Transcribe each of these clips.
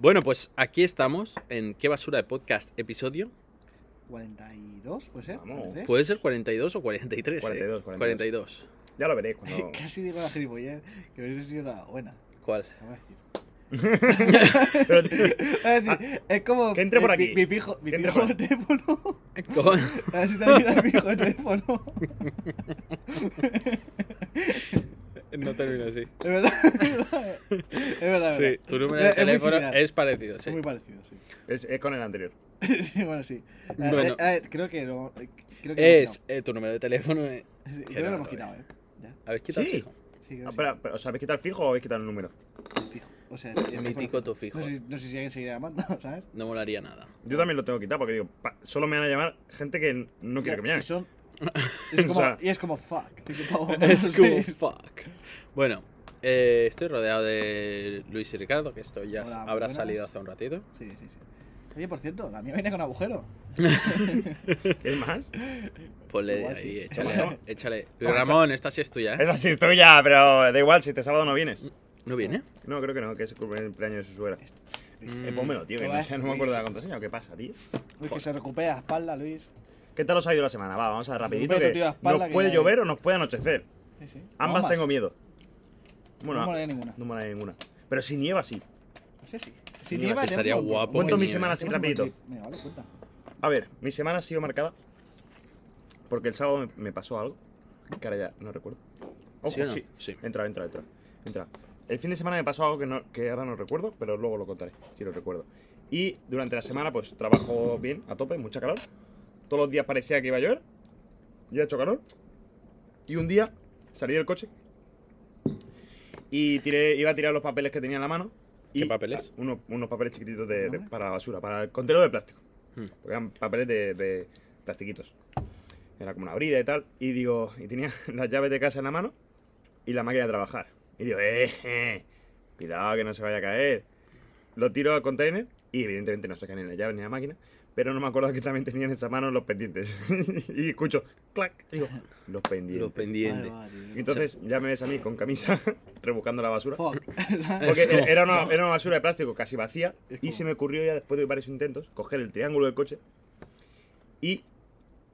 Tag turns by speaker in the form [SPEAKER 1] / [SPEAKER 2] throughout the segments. [SPEAKER 1] Bueno, pues aquí estamos en Qué Basura de Podcast episodio.
[SPEAKER 2] 42, puede ser.
[SPEAKER 3] Vamos.
[SPEAKER 2] ¿Parece?
[SPEAKER 1] Puede ser 42 o 43. eh.
[SPEAKER 3] 42, 42.
[SPEAKER 1] 42.
[SPEAKER 3] Ya lo veréis pues, cuando.
[SPEAKER 2] Casi digo la gilipollez, que hubiese sido una buena.
[SPEAKER 1] ¿Cuál?
[SPEAKER 2] la voy a decir.
[SPEAKER 3] Pero, tío,
[SPEAKER 2] Es decir, es como.
[SPEAKER 3] que entre por
[SPEAKER 2] eh, mi-
[SPEAKER 3] aquí.
[SPEAKER 2] Mi, fijo, mi
[SPEAKER 3] Que entre
[SPEAKER 2] fijo
[SPEAKER 3] por
[SPEAKER 2] de teléfono.
[SPEAKER 1] ¿Cómo?
[SPEAKER 2] A ver si te olvidas mi fijo de teléfono.
[SPEAKER 1] Eh, No termino así.
[SPEAKER 2] Es verdad, es verdad. Es verdad. Eh,
[SPEAKER 1] Sí, tu número de
[SPEAKER 2] Es- es muy
[SPEAKER 1] teléfono
[SPEAKER 2] similar.
[SPEAKER 1] es parecido,
[SPEAKER 2] Es
[SPEAKER 1] sí.
[SPEAKER 2] muy parecido, sí.
[SPEAKER 3] es, es con el anterior.
[SPEAKER 2] Sí, bueno, sí. A ver,
[SPEAKER 1] Bueno.
[SPEAKER 2] a ver, creo que lo. Creo que
[SPEAKER 1] Es eh, tu número de teléfono. eh.
[SPEAKER 2] Lo hemos quitado.
[SPEAKER 1] que
[SPEAKER 2] Sí, creo que
[SPEAKER 1] no,
[SPEAKER 2] lo hemos
[SPEAKER 1] no,
[SPEAKER 2] quitado, eh.
[SPEAKER 1] ¿Habéis quitado
[SPEAKER 3] Sí.
[SPEAKER 1] fijo?
[SPEAKER 2] Sí, creo
[SPEAKER 3] Ah,
[SPEAKER 2] que sí.
[SPEAKER 3] pero- pero, o sea, ¿habéis quitado el fijo o habéis quitado el número?
[SPEAKER 2] Fijo. O sea, el
[SPEAKER 1] Mítico
[SPEAKER 2] teléfono
[SPEAKER 1] tu fijo.
[SPEAKER 2] No sé, no sé si alguien seguirá llamando, ¿sabes?
[SPEAKER 1] No molaría nada.
[SPEAKER 3] Yo también lo tengo quitado porque digo, pa, solo me van a llamar gente que no quiere que me
[SPEAKER 2] Y
[SPEAKER 3] llame.
[SPEAKER 2] son- Es
[SPEAKER 3] O
[SPEAKER 2] como,
[SPEAKER 3] sea-
[SPEAKER 2] y es como fuck. así que pavo,
[SPEAKER 1] Es
[SPEAKER 2] no
[SPEAKER 1] como
[SPEAKER 2] sé.
[SPEAKER 1] fuck. Bueno, eh, estoy rodeado de Luis y Ricardo, que esto ya
[SPEAKER 2] Hola,
[SPEAKER 1] habrá
[SPEAKER 2] buenas.
[SPEAKER 1] salido hace un ratito.
[SPEAKER 2] Sí, sí, sí. Oye, por cierto, la mía viene con agujero.
[SPEAKER 3] ¿Quieres más?
[SPEAKER 2] ¿Eh?
[SPEAKER 1] Ponle
[SPEAKER 2] Igual
[SPEAKER 1] ahí,
[SPEAKER 2] sí.
[SPEAKER 1] échale, échale. Luis
[SPEAKER 3] Toma,
[SPEAKER 1] Ramón, esta sí es tuya, ¿eh?
[SPEAKER 3] Esa sí es tuya, pero da igual si este sábado no vienes.
[SPEAKER 1] ¿No viene?
[SPEAKER 3] No, creo que no, que es el cumpleaños de su suegra.
[SPEAKER 1] Mm.
[SPEAKER 3] Eh, pónmelo, tío, que no,
[SPEAKER 2] Joder,
[SPEAKER 3] sé, no me acuerdo de la
[SPEAKER 2] Luis.
[SPEAKER 3] contraseña. ¿Qué pasa, tío?
[SPEAKER 2] Luis, que se recupera la espalda, Luis.
[SPEAKER 3] ¿Qué tal os ha ido la semana? Va, vamos a ver rapidito.
[SPEAKER 2] Roberto,
[SPEAKER 3] Que
[SPEAKER 2] tío, espalda,
[SPEAKER 3] nos
[SPEAKER 2] que
[SPEAKER 3] puede
[SPEAKER 2] ya-
[SPEAKER 3] llover o nos puede anochecer.
[SPEAKER 2] Sí, sí.
[SPEAKER 3] Ambas tengo miedo. Bueno,
[SPEAKER 2] No molaría ninguna.
[SPEAKER 3] No molaría ninguna. Pero si nieva, sí.
[SPEAKER 2] No sé si.
[SPEAKER 1] Nieva, que estaría
[SPEAKER 2] tenemos un buen-
[SPEAKER 1] guapo
[SPEAKER 2] buen-
[SPEAKER 3] Cuento mi
[SPEAKER 2] buen-
[SPEAKER 3] semana así
[SPEAKER 2] tenemos un buen
[SPEAKER 3] rapidito.
[SPEAKER 2] clip. Venga, vale, cuenta.
[SPEAKER 3] A ver, mi semana ha sido marcada porque el sábado me, me pasó algo que ahora ya no recuerdo. Ojo,
[SPEAKER 1] ¿Sí o no?
[SPEAKER 3] sí.
[SPEAKER 1] Sí.
[SPEAKER 3] Entra, entra, entra. Entra. El fin de semana me pasó algo que, no- que ahora no recuerdo, pero luego lo contaré, si lo recuerdo. Y durante la semana, pues trabajo bien, a tope, mucha calor. Todos los días parecía que iba a llover. Ya ha hecho calor. Y un día salí del coche y tiré, iba a tirar los papeles que tenía en la mano.
[SPEAKER 1] ¿Qué
[SPEAKER 3] y-
[SPEAKER 1] papeles?
[SPEAKER 3] Unos, unos papeles chiquititos de, de- para basura, para el contenedor de plástico.
[SPEAKER 1] Mm.
[SPEAKER 3] Porque eran papeles de, de plastiquitos. Era como una brida y tal. Y digo, y tenía las llaves de casa en la mano y la máquina de trabajar. Y digo, eh, eh, cuidado que no se vaya a caer. Lo tiro al container y evidentemente no se caen ni las llaves ni la máquina. Pero no me acuerdo que también tenía en esa mano los pendientes. y escucho, clac, digo, los pendientes.
[SPEAKER 1] Los pendientes.
[SPEAKER 2] Vale, vale.
[SPEAKER 3] Entonces ya me ves a mí con camisa rebuscando la basura.
[SPEAKER 2] Fuck.
[SPEAKER 3] Porque
[SPEAKER 1] Es como-
[SPEAKER 3] era una, era una basura de plástico casi vacía
[SPEAKER 2] Es
[SPEAKER 3] y
[SPEAKER 2] como-
[SPEAKER 3] se me ocurrió ya después de varios intentos coger el triángulo del coche y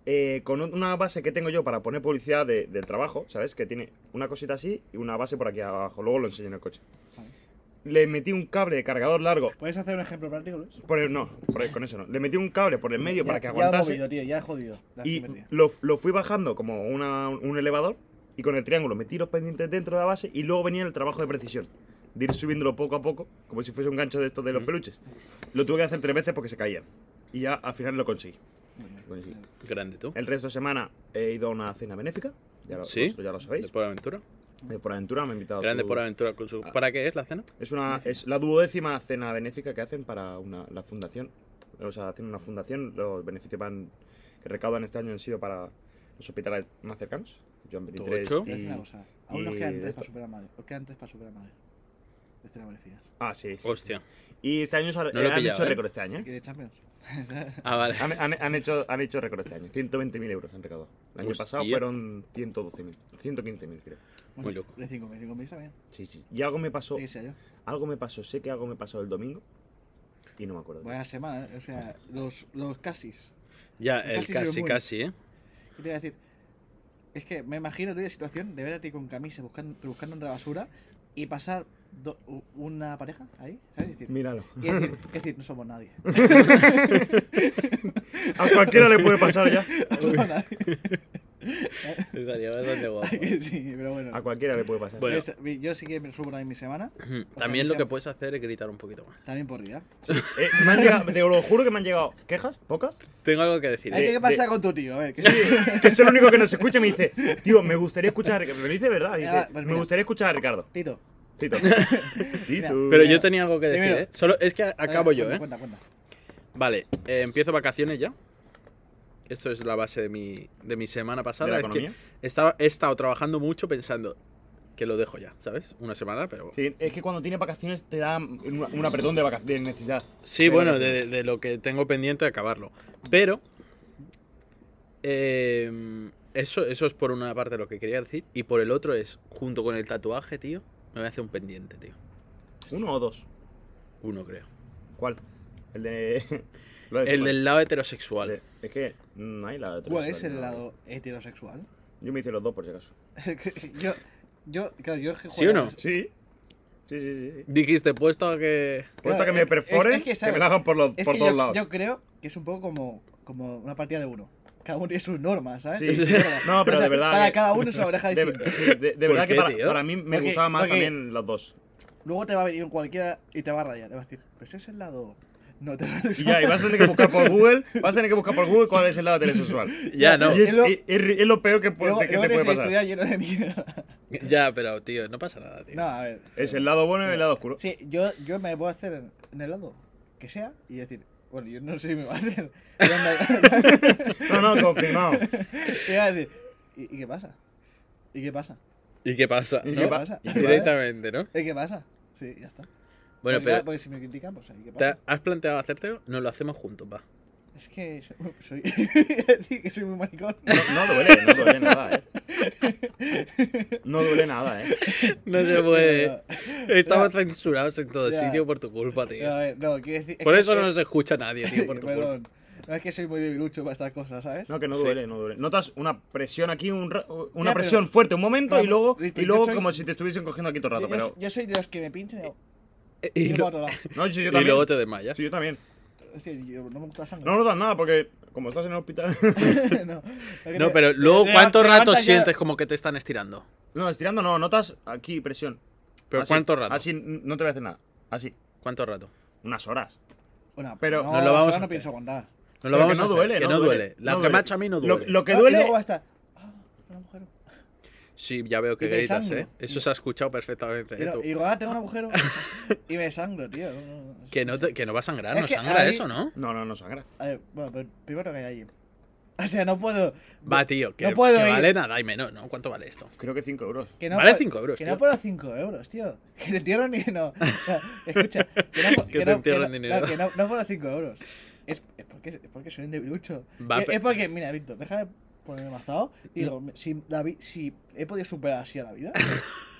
[SPEAKER 3] eh, con un- una base que tengo yo para poner publicidad de- del trabajo, ¿sabes? Que tiene una cosita así y una base por aquí abajo. Luego lo enseño en el coche.
[SPEAKER 2] Vale.
[SPEAKER 3] Le metí un cable de cargador largo.
[SPEAKER 2] ¿Puedes hacer un ejemplo práctico, Luis?
[SPEAKER 3] Por el, no, por el- con eso no. Le metí un cable por el medio para
[SPEAKER 2] Ya-
[SPEAKER 3] que
[SPEAKER 2] Ya he movido,
[SPEAKER 3] aguantase.
[SPEAKER 2] tío, ya he jodido. La
[SPEAKER 3] Y Pues
[SPEAKER 2] primer día.
[SPEAKER 3] lo, lo fui bajando como una- un elevador y con el triángulo metí los pendientes dentro de la base y luego venía el trabajo de precisión. De ir subiéndolo poco a poco, como si fuese un gancho de estos de los
[SPEAKER 1] Mm.
[SPEAKER 3] peluches. Lo tuve que hacer tres veces porque se caían. Y ya al final lo conseguí. Bueno, sí.
[SPEAKER 1] Grande tú.
[SPEAKER 3] El resto de semana he ido a una cena benéfica. Ya lo,
[SPEAKER 1] ¿Sí?
[SPEAKER 3] vosotros ya lo sabéis.
[SPEAKER 1] ¿De Por Aventura?
[SPEAKER 3] De por aventura me ha invitado.
[SPEAKER 1] Grande
[SPEAKER 3] su-
[SPEAKER 1] Por Aventura con su...
[SPEAKER 3] Ah.
[SPEAKER 1] ¿Para qué es la cena?
[SPEAKER 3] Es, una, es la duodécima cena benéfica que hacen para una, la fundación. O sea, hacen una fundación. Los beneficios van- que recaudan este año han sido para los hospitales más cercanos. Joan 23
[SPEAKER 1] Tocho.
[SPEAKER 2] Voy a decir una
[SPEAKER 3] y...
[SPEAKER 2] cosa. Aún nos
[SPEAKER 1] eh,
[SPEAKER 3] y
[SPEAKER 2] quedan tres para
[SPEAKER 3] esto.
[SPEAKER 2] superar Mario. Os quedan tres para superar Mario. De cena benéfica.
[SPEAKER 3] Ah, sí.
[SPEAKER 1] Hostia.
[SPEAKER 3] Y este año se-
[SPEAKER 1] Oh. lo
[SPEAKER 3] eh,
[SPEAKER 1] he
[SPEAKER 3] han
[SPEAKER 1] pillado,
[SPEAKER 3] hecho
[SPEAKER 1] ¿eh?
[SPEAKER 3] récord este año.
[SPEAKER 2] ¿Y
[SPEAKER 3] ¿eh?
[SPEAKER 2] de Champions?
[SPEAKER 1] Ah, vale.
[SPEAKER 3] Han, han- han hecho, han hecho récord este año. 120.000 euros han recaudado. El año
[SPEAKER 1] Hostia.
[SPEAKER 3] pasado fueron 112.000. 115.000 creo.
[SPEAKER 1] Muy loco.
[SPEAKER 2] De 5 meses, 5 meses también.
[SPEAKER 3] Sí, sí. Y algo me pasó.
[SPEAKER 2] Sí, que sea yo.
[SPEAKER 3] Algo me pasó. Sé que algo me pasó el domingo. Y no me acuerdo.
[SPEAKER 2] Buena semana, ¿eh? o sea, los, los casis.
[SPEAKER 1] Ya, el
[SPEAKER 2] Casi se me
[SPEAKER 1] casi,
[SPEAKER 2] muere.
[SPEAKER 1] casi, ¿eh?
[SPEAKER 2] ¿Qué te iba a decir? Es que me imagino la situación de ver a ti con camisa buscando, buscando entre la basura y pasar do- u- una pareja ahí, ¿sabes? Decir,
[SPEAKER 3] Míralo.
[SPEAKER 2] y decir, es decir, no somos nadie.
[SPEAKER 3] A cualquiera le puede pasar ya.
[SPEAKER 2] No somos nadie.
[SPEAKER 1] Estaría bastante guapo.
[SPEAKER 2] sí, pero bueno.
[SPEAKER 3] A cualquiera le puede pasar.
[SPEAKER 1] Bueno.
[SPEAKER 2] Eso, mi- Yo sí que me subo en mi semana,
[SPEAKER 1] También lo
[SPEAKER 2] se
[SPEAKER 1] que
[SPEAKER 2] llama-
[SPEAKER 1] puedes hacer es gritar un poquito más.
[SPEAKER 2] también por día.
[SPEAKER 3] Eh, me han llegado- te lo juro que me han llegado quejas, pocas.
[SPEAKER 1] Tengo algo que decir.
[SPEAKER 2] Ay,
[SPEAKER 3] de-
[SPEAKER 2] ¿Qué
[SPEAKER 3] de-
[SPEAKER 2] pasa con tu tío? A ver, ¿qué-
[SPEAKER 3] Que es el único que nos escucha y me dice, tío, me gustaría escuchar. a Ricardo". Me lo dice verdad. dice,
[SPEAKER 2] Ah, pues
[SPEAKER 3] me
[SPEAKER 2] mira.
[SPEAKER 3] gustaría escuchar a Ricardo.
[SPEAKER 2] Tito.
[SPEAKER 3] Tito. Tito.
[SPEAKER 1] Pero yo
[SPEAKER 2] Mira,
[SPEAKER 1] tenía algo que decir,
[SPEAKER 2] primero-
[SPEAKER 1] ¿eh? Solo, es que acabo
[SPEAKER 2] eh,
[SPEAKER 1] yo, ¿eh?
[SPEAKER 2] Cuenta, cuenta.
[SPEAKER 1] Vale, eh, empiezo vacaciones ya. Esto es la base de mi, de mi semana
[SPEAKER 3] ¿De
[SPEAKER 1] pasada.
[SPEAKER 3] la
[SPEAKER 1] Es que
[SPEAKER 3] economía?
[SPEAKER 1] estaba, he estado trabajando mucho pensando que lo dejo ya, ¿sabes? Una semana, pero... Sí,
[SPEAKER 3] Sí, es que cuando tienes vacaciones te da un, un apretón de, vaca- de necesidad. de
[SPEAKER 1] bueno, de,
[SPEAKER 3] vacaciones.
[SPEAKER 1] de lo que tengo pendiente de acabarlo. Pero... eh, eso, eso es por una parte lo que quería decir. Y por el otro es, junto con el tatuaje, tío, me voy a hacer un pendiente, tío.
[SPEAKER 3] Uno o dos.
[SPEAKER 1] Uno, creo.
[SPEAKER 3] ¿Cuál? El de.
[SPEAKER 2] Pues,
[SPEAKER 3] lo de-
[SPEAKER 1] El del lado heterosexual.
[SPEAKER 3] de- Es que no hay lado de
[SPEAKER 2] ¿Cuál es
[SPEAKER 3] transexual,
[SPEAKER 2] el
[SPEAKER 3] no.
[SPEAKER 2] lado heterosexual?
[SPEAKER 3] Yo me hice los dos por si acaso.
[SPEAKER 2] yo, yo, claro, yo es que
[SPEAKER 1] ¿Sí o
[SPEAKER 2] joder,
[SPEAKER 1] no?
[SPEAKER 3] Sí. Sí, sí, sí. sí.
[SPEAKER 1] Dijiste, puesto a que.
[SPEAKER 2] Claro,
[SPEAKER 3] Puesto que
[SPEAKER 2] es-
[SPEAKER 3] me
[SPEAKER 2] es-
[SPEAKER 3] perforen,
[SPEAKER 2] es que,
[SPEAKER 3] que,
[SPEAKER 2] ¿sabes?
[SPEAKER 3] me la hagan por, los,
[SPEAKER 2] Es
[SPEAKER 3] por
[SPEAKER 2] que
[SPEAKER 3] todos
[SPEAKER 2] yo,
[SPEAKER 3] lados.
[SPEAKER 2] yo creo que es un poco como, como una partida de uno. Cada uno tiene sus normas, ¿sabes?
[SPEAKER 3] Sí,
[SPEAKER 1] sí.
[SPEAKER 3] No, pero
[SPEAKER 2] O sea,
[SPEAKER 3] de verdad.
[SPEAKER 2] Para
[SPEAKER 3] que-
[SPEAKER 2] cada uno es una oreja
[SPEAKER 3] De,
[SPEAKER 2] distinta.
[SPEAKER 3] sí, de- de
[SPEAKER 1] ¿Por
[SPEAKER 3] verdad que
[SPEAKER 1] qué,
[SPEAKER 3] para,
[SPEAKER 1] tío?
[SPEAKER 3] para mí me
[SPEAKER 2] Porque-
[SPEAKER 3] gustaban más
[SPEAKER 2] porque-
[SPEAKER 3] también los dos.
[SPEAKER 2] Luego te va a venir un cualquiera y te va a rayar. Te va a decir, pero ese es el lado. No te
[SPEAKER 3] Y ya, y vas a tener que buscar por Google, vas a tener que buscar por Google cuál es el lado heterosexual.
[SPEAKER 1] Ya, no.
[SPEAKER 3] Y es,
[SPEAKER 2] Es lo-
[SPEAKER 3] y- es ri- es lo peor que, puede-
[SPEAKER 2] Luego,
[SPEAKER 3] que
[SPEAKER 2] luego
[SPEAKER 3] te puede
[SPEAKER 2] tienes el estudiar
[SPEAKER 3] pasar.
[SPEAKER 2] lleno de mierda.
[SPEAKER 1] Ya, pero, tío, no pasa nada, tío.
[SPEAKER 2] No, a ver.
[SPEAKER 3] Es el lado bueno y el lado oscuro.
[SPEAKER 2] Sí, yo, yo me puedo hacer en, en el lado que sea y decir, bueno, yo no sé si me va a hacer. pero me-
[SPEAKER 3] No, no, confirmado.
[SPEAKER 2] y iba a decir, ¿y, y qué pasa? ¿Y qué pasa?
[SPEAKER 1] ¿Y qué pasa?
[SPEAKER 3] ¿Y
[SPEAKER 1] ¿no?
[SPEAKER 3] qué
[SPEAKER 2] pa-
[SPEAKER 3] pasa?
[SPEAKER 2] ¿Y qué pasa?
[SPEAKER 1] Directamente, ¿no?
[SPEAKER 2] ¿Y qué pasa? Sí, ya está.
[SPEAKER 1] Bueno,
[SPEAKER 2] porque, claro,
[SPEAKER 1] pero.
[SPEAKER 2] porque si me critican, pues ahí,
[SPEAKER 1] ¿te
[SPEAKER 2] ¿qué pasa?
[SPEAKER 1] has planteado hacértelo? Nos lo hacemos juntos, va.
[SPEAKER 2] Es que soy, soy, sí, que soy muy maricón.
[SPEAKER 3] No, no duele, no duele nada, eh.
[SPEAKER 1] Pues,
[SPEAKER 3] No duele nada, eh.
[SPEAKER 1] No se puede. Estamos
[SPEAKER 2] Ya.
[SPEAKER 1] censurados en todo
[SPEAKER 2] Ya.
[SPEAKER 1] sitio por tu culpa,
[SPEAKER 2] No, a
[SPEAKER 1] tío.
[SPEAKER 2] ver, no, quiero decir. es
[SPEAKER 1] Por
[SPEAKER 2] que-
[SPEAKER 1] eso no
[SPEAKER 2] es-
[SPEAKER 1] nos escucha nadie, tío, por tu culpa.
[SPEAKER 2] Perdón. No es que soy muy debilucho para estas cosas, ¿sabes?
[SPEAKER 3] No, que no
[SPEAKER 1] Sí.
[SPEAKER 3] duele, no duele. Notas una presión aquí, un ra- una
[SPEAKER 2] Ya, pero-
[SPEAKER 3] presión fuerte un momento
[SPEAKER 2] pero-
[SPEAKER 3] y luego,
[SPEAKER 2] pero
[SPEAKER 3] y
[SPEAKER 2] yo
[SPEAKER 3] luego
[SPEAKER 2] soy-
[SPEAKER 3] como si te estuviesen cogiendo aquí todo el
[SPEAKER 2] yo,
[SPEAKER 3] rato,
[SPEAKER 2] yo-
[SPEAKER 3] pero...
[SPEAKER 2] yo soy de los que me pinchan y digo,
[SPEAKER 1] Y,
[SPEAKER 2] "Tiro
[SPEAKER 1] lo-
[SPEAKER 2] para otro lado.
[SPEAKER 3] No, sí, yo
[SPEAKER 1] y
[SPEAKER 3] también.
[SPEAKER 1] luego te desmayas.
[SPEAKER 3] Sí, yo también.
[SPEAKER 2] Hostia, yo- no me gusta la sangre.
[SPEAKER 3] No notas nada porque como estás en el hospital...
[SPEAKER 2] no, es que
[SPEAKER 1] No,
[SPEAKER 2] te-
[SPEAKER 1] pero
[SPEAKER 2] te-
[SPEAKER 1] luego,
[SPEAKER 2] te-
[SPEAKER 1] ¿cuánto
[SPEAKER 2] te
[SPEAKER 1] rato
[SPEAKER 2] levantas ya-
[SPEAKER 1] sientes como que te están estirando?
[SPEAKER 3] No, estirando no, notas aquí presión.
[SPEAKER 1] ¿Pero
[SPEAKER 3] Así,
[SPEAKER 1] cuánto rato?
[SPEAKER 3] Así, n- no te voy a hacer nada. Así,
[SPEAKER 1] ¿Cuánto rato?
[SPEAKER 3] unas horas.
[SPEAKER 2] Bueno,
[SPEAKER 3] Pero-
[SPEAKER 2] no,
[SPEAKER 1] nos lo vamos
[SPEAKER 2] ahora
[SPEAKER 1] a
[SPEAKER 2] no
[SPEAKER 1] hacer.
[SPEAKER 2] pienso aguantar.
[SPEAKER 1] No lo
[SPEAKER 3] Pero
[SPEAKER 1] vamos
[SPEAKER 3] que
[SPEAKER 1] a
[SPEAKER 3] no
[SPEAKER 1] hacer,
[SPEAKER 3] duele,
[SPEAKER 1] que
[SPEAKER 3] no
[SPEAKER 1] no
[SPEAKER 3] duele,
[SPEAKER 1] duele. La
[SPEAKER 3] no
[SPEAKER 1] que
[SPEAKER 3] duele.
[SPEAKER 1] me ha hecho a mí no
[SPEAKER 3] Lo,
[SPEAKER 1] duele.
[SPEAKER 3] lo que
[SPEAKER 2] Ah,
[SPEAKER 3] duele...
[SPEAKER 2] Y luego hasta. Ah, una mujer.
[SPEAKER 1] Sí, ya veo que
[SPEAKER 2] Y me
[SPEAKER 1] gritas, ¿eh?
[SPEAKER 2] sangro.
[SPEAKER 1] Eso se ha escuchado perfectamente.
[SPEAKER 2] Y
[SPEAKER 1] ¿eh?
[SPEAKER 2] lo-
[SPEAKER 1] Tú.
[SPEAKER 2] Y digo, ah, tengo un agujero. y me sangro, tío. No, no, no,
[SPEAKER 1] Que no,
[SPEAKER 2] sí.
[SPEAKER 1] te- que no va a sangrar,
[SPEAKER 2] Es
[SPEAKER 1] no
[SPEAKER 2] que
[SPEAKER 1] sangra
[SPEAKER 2] ahí-
[SPEAKER 1] eso, ¿no?
[SPEAKER 3] No, no, no sangra.
[SPEAKER 2] A ver, bueno, pero primero que hay allí. O sea, no puedo.
[SPEAKER 1] Va, tío, que,
[SPEAKER 2] no puedo
[SPEAKER 1] que
[SPEAKER 2] ir.
[SPEAKER 1] vale nada y menos, ¿no? ¿Cuánto vale esto?
[SPEAKER 3] Creo que 5 euros.
[SPEAKER 2] Que no
[SPEAKER 1] vale
[SPEAKER 2] puedo-
[SPEAKER 1] 5 euros,
[SPEAKER 2] Que
[SPEAKER 1] tío.
[SPEAKER 2] no por 5 euros, tío. Que te entierran y no. Escucha, que no,
[SPEAKER 1] te
[SPEAKER 2] no-
[SPEAKER 1] entierran
[SPEAKER 2] no-
[SPEAKER 1] dinero.
[SPEAKER 2] No, que no, no por 5 euros. Es, es porque, es porque soy un debilucho.
[SPEAKER 1] Va,
[SPEAKER 2] es,
[SPEAKER 1] pe-
[SPEAKER 2] es porque, mira, Víctor, déjame ponerme mazado. Y digo, si, la vi- si he podido superar así a la vida,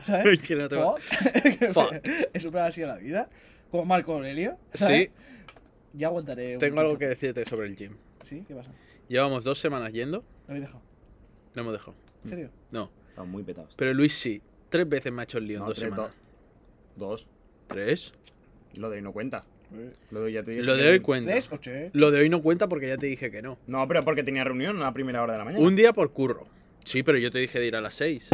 [SPEAKER 2] ¿sabes?
[SPEAKER 1] Que no te va-
[SPEAKER 2] Fuck. Que
[SPEAKER 1] Fuck.
[SPEAKER 2] He superado así a la vida. Como Marco Aurelio. ¿sabes?
[SPEAKER 1] Sí,
[SPEAKER 2] Ya aguantaré. un
[SPEAKER 1] tengo algo
[SPEAKER 2] poquito.
[SPEAKER 1] que decirte sobre el gym.
[SPEAKER 2] Sí, ¿qué pasa?
[SPEAKER 1] Llevamos dos semanas yendo,
[SPEAKER 2] Lo habéis dejado.
[SPEAKER 1] no hemos dejado.
[SPEAKER 3] Mm.
[SPEAKER 2] ¿En serio?
[SPEAKER 1] No,
[SPEAKER 3] Están muy petados.
[SPEAKER 1] pero Luis sí, tres veces me ha hecho el lío en
[SPEAKER 3] No,
[SPEAKER 1] dos
[SPEAKER 3] tres,
[SPEAKER 1] semanas.
[SPEAKER 3] Dos.
[SPEAKER 1] ¿Tres?
[SPEAKER 3] Lo de hoy no cuenta. Lo de hoy ya te dije
[SPEAKER 1] Lo
[SPEAKER 3] que
[SPEAKER 1] de hoy
[SPEAKER 3] no-
[SPEAKER 1] cuenta.
[SPEAKER 2] 3, 8, ¿eh?
[SPEAKER 1] Lo de hoy no cuenta porque ya te dije que no.
[SPEAKER 3] No, pero porque tenía reunión a la primera hora de la mañana.
[SPEAKER 1] Un día por curro. Sí, pero yo te dije de ir a las 6.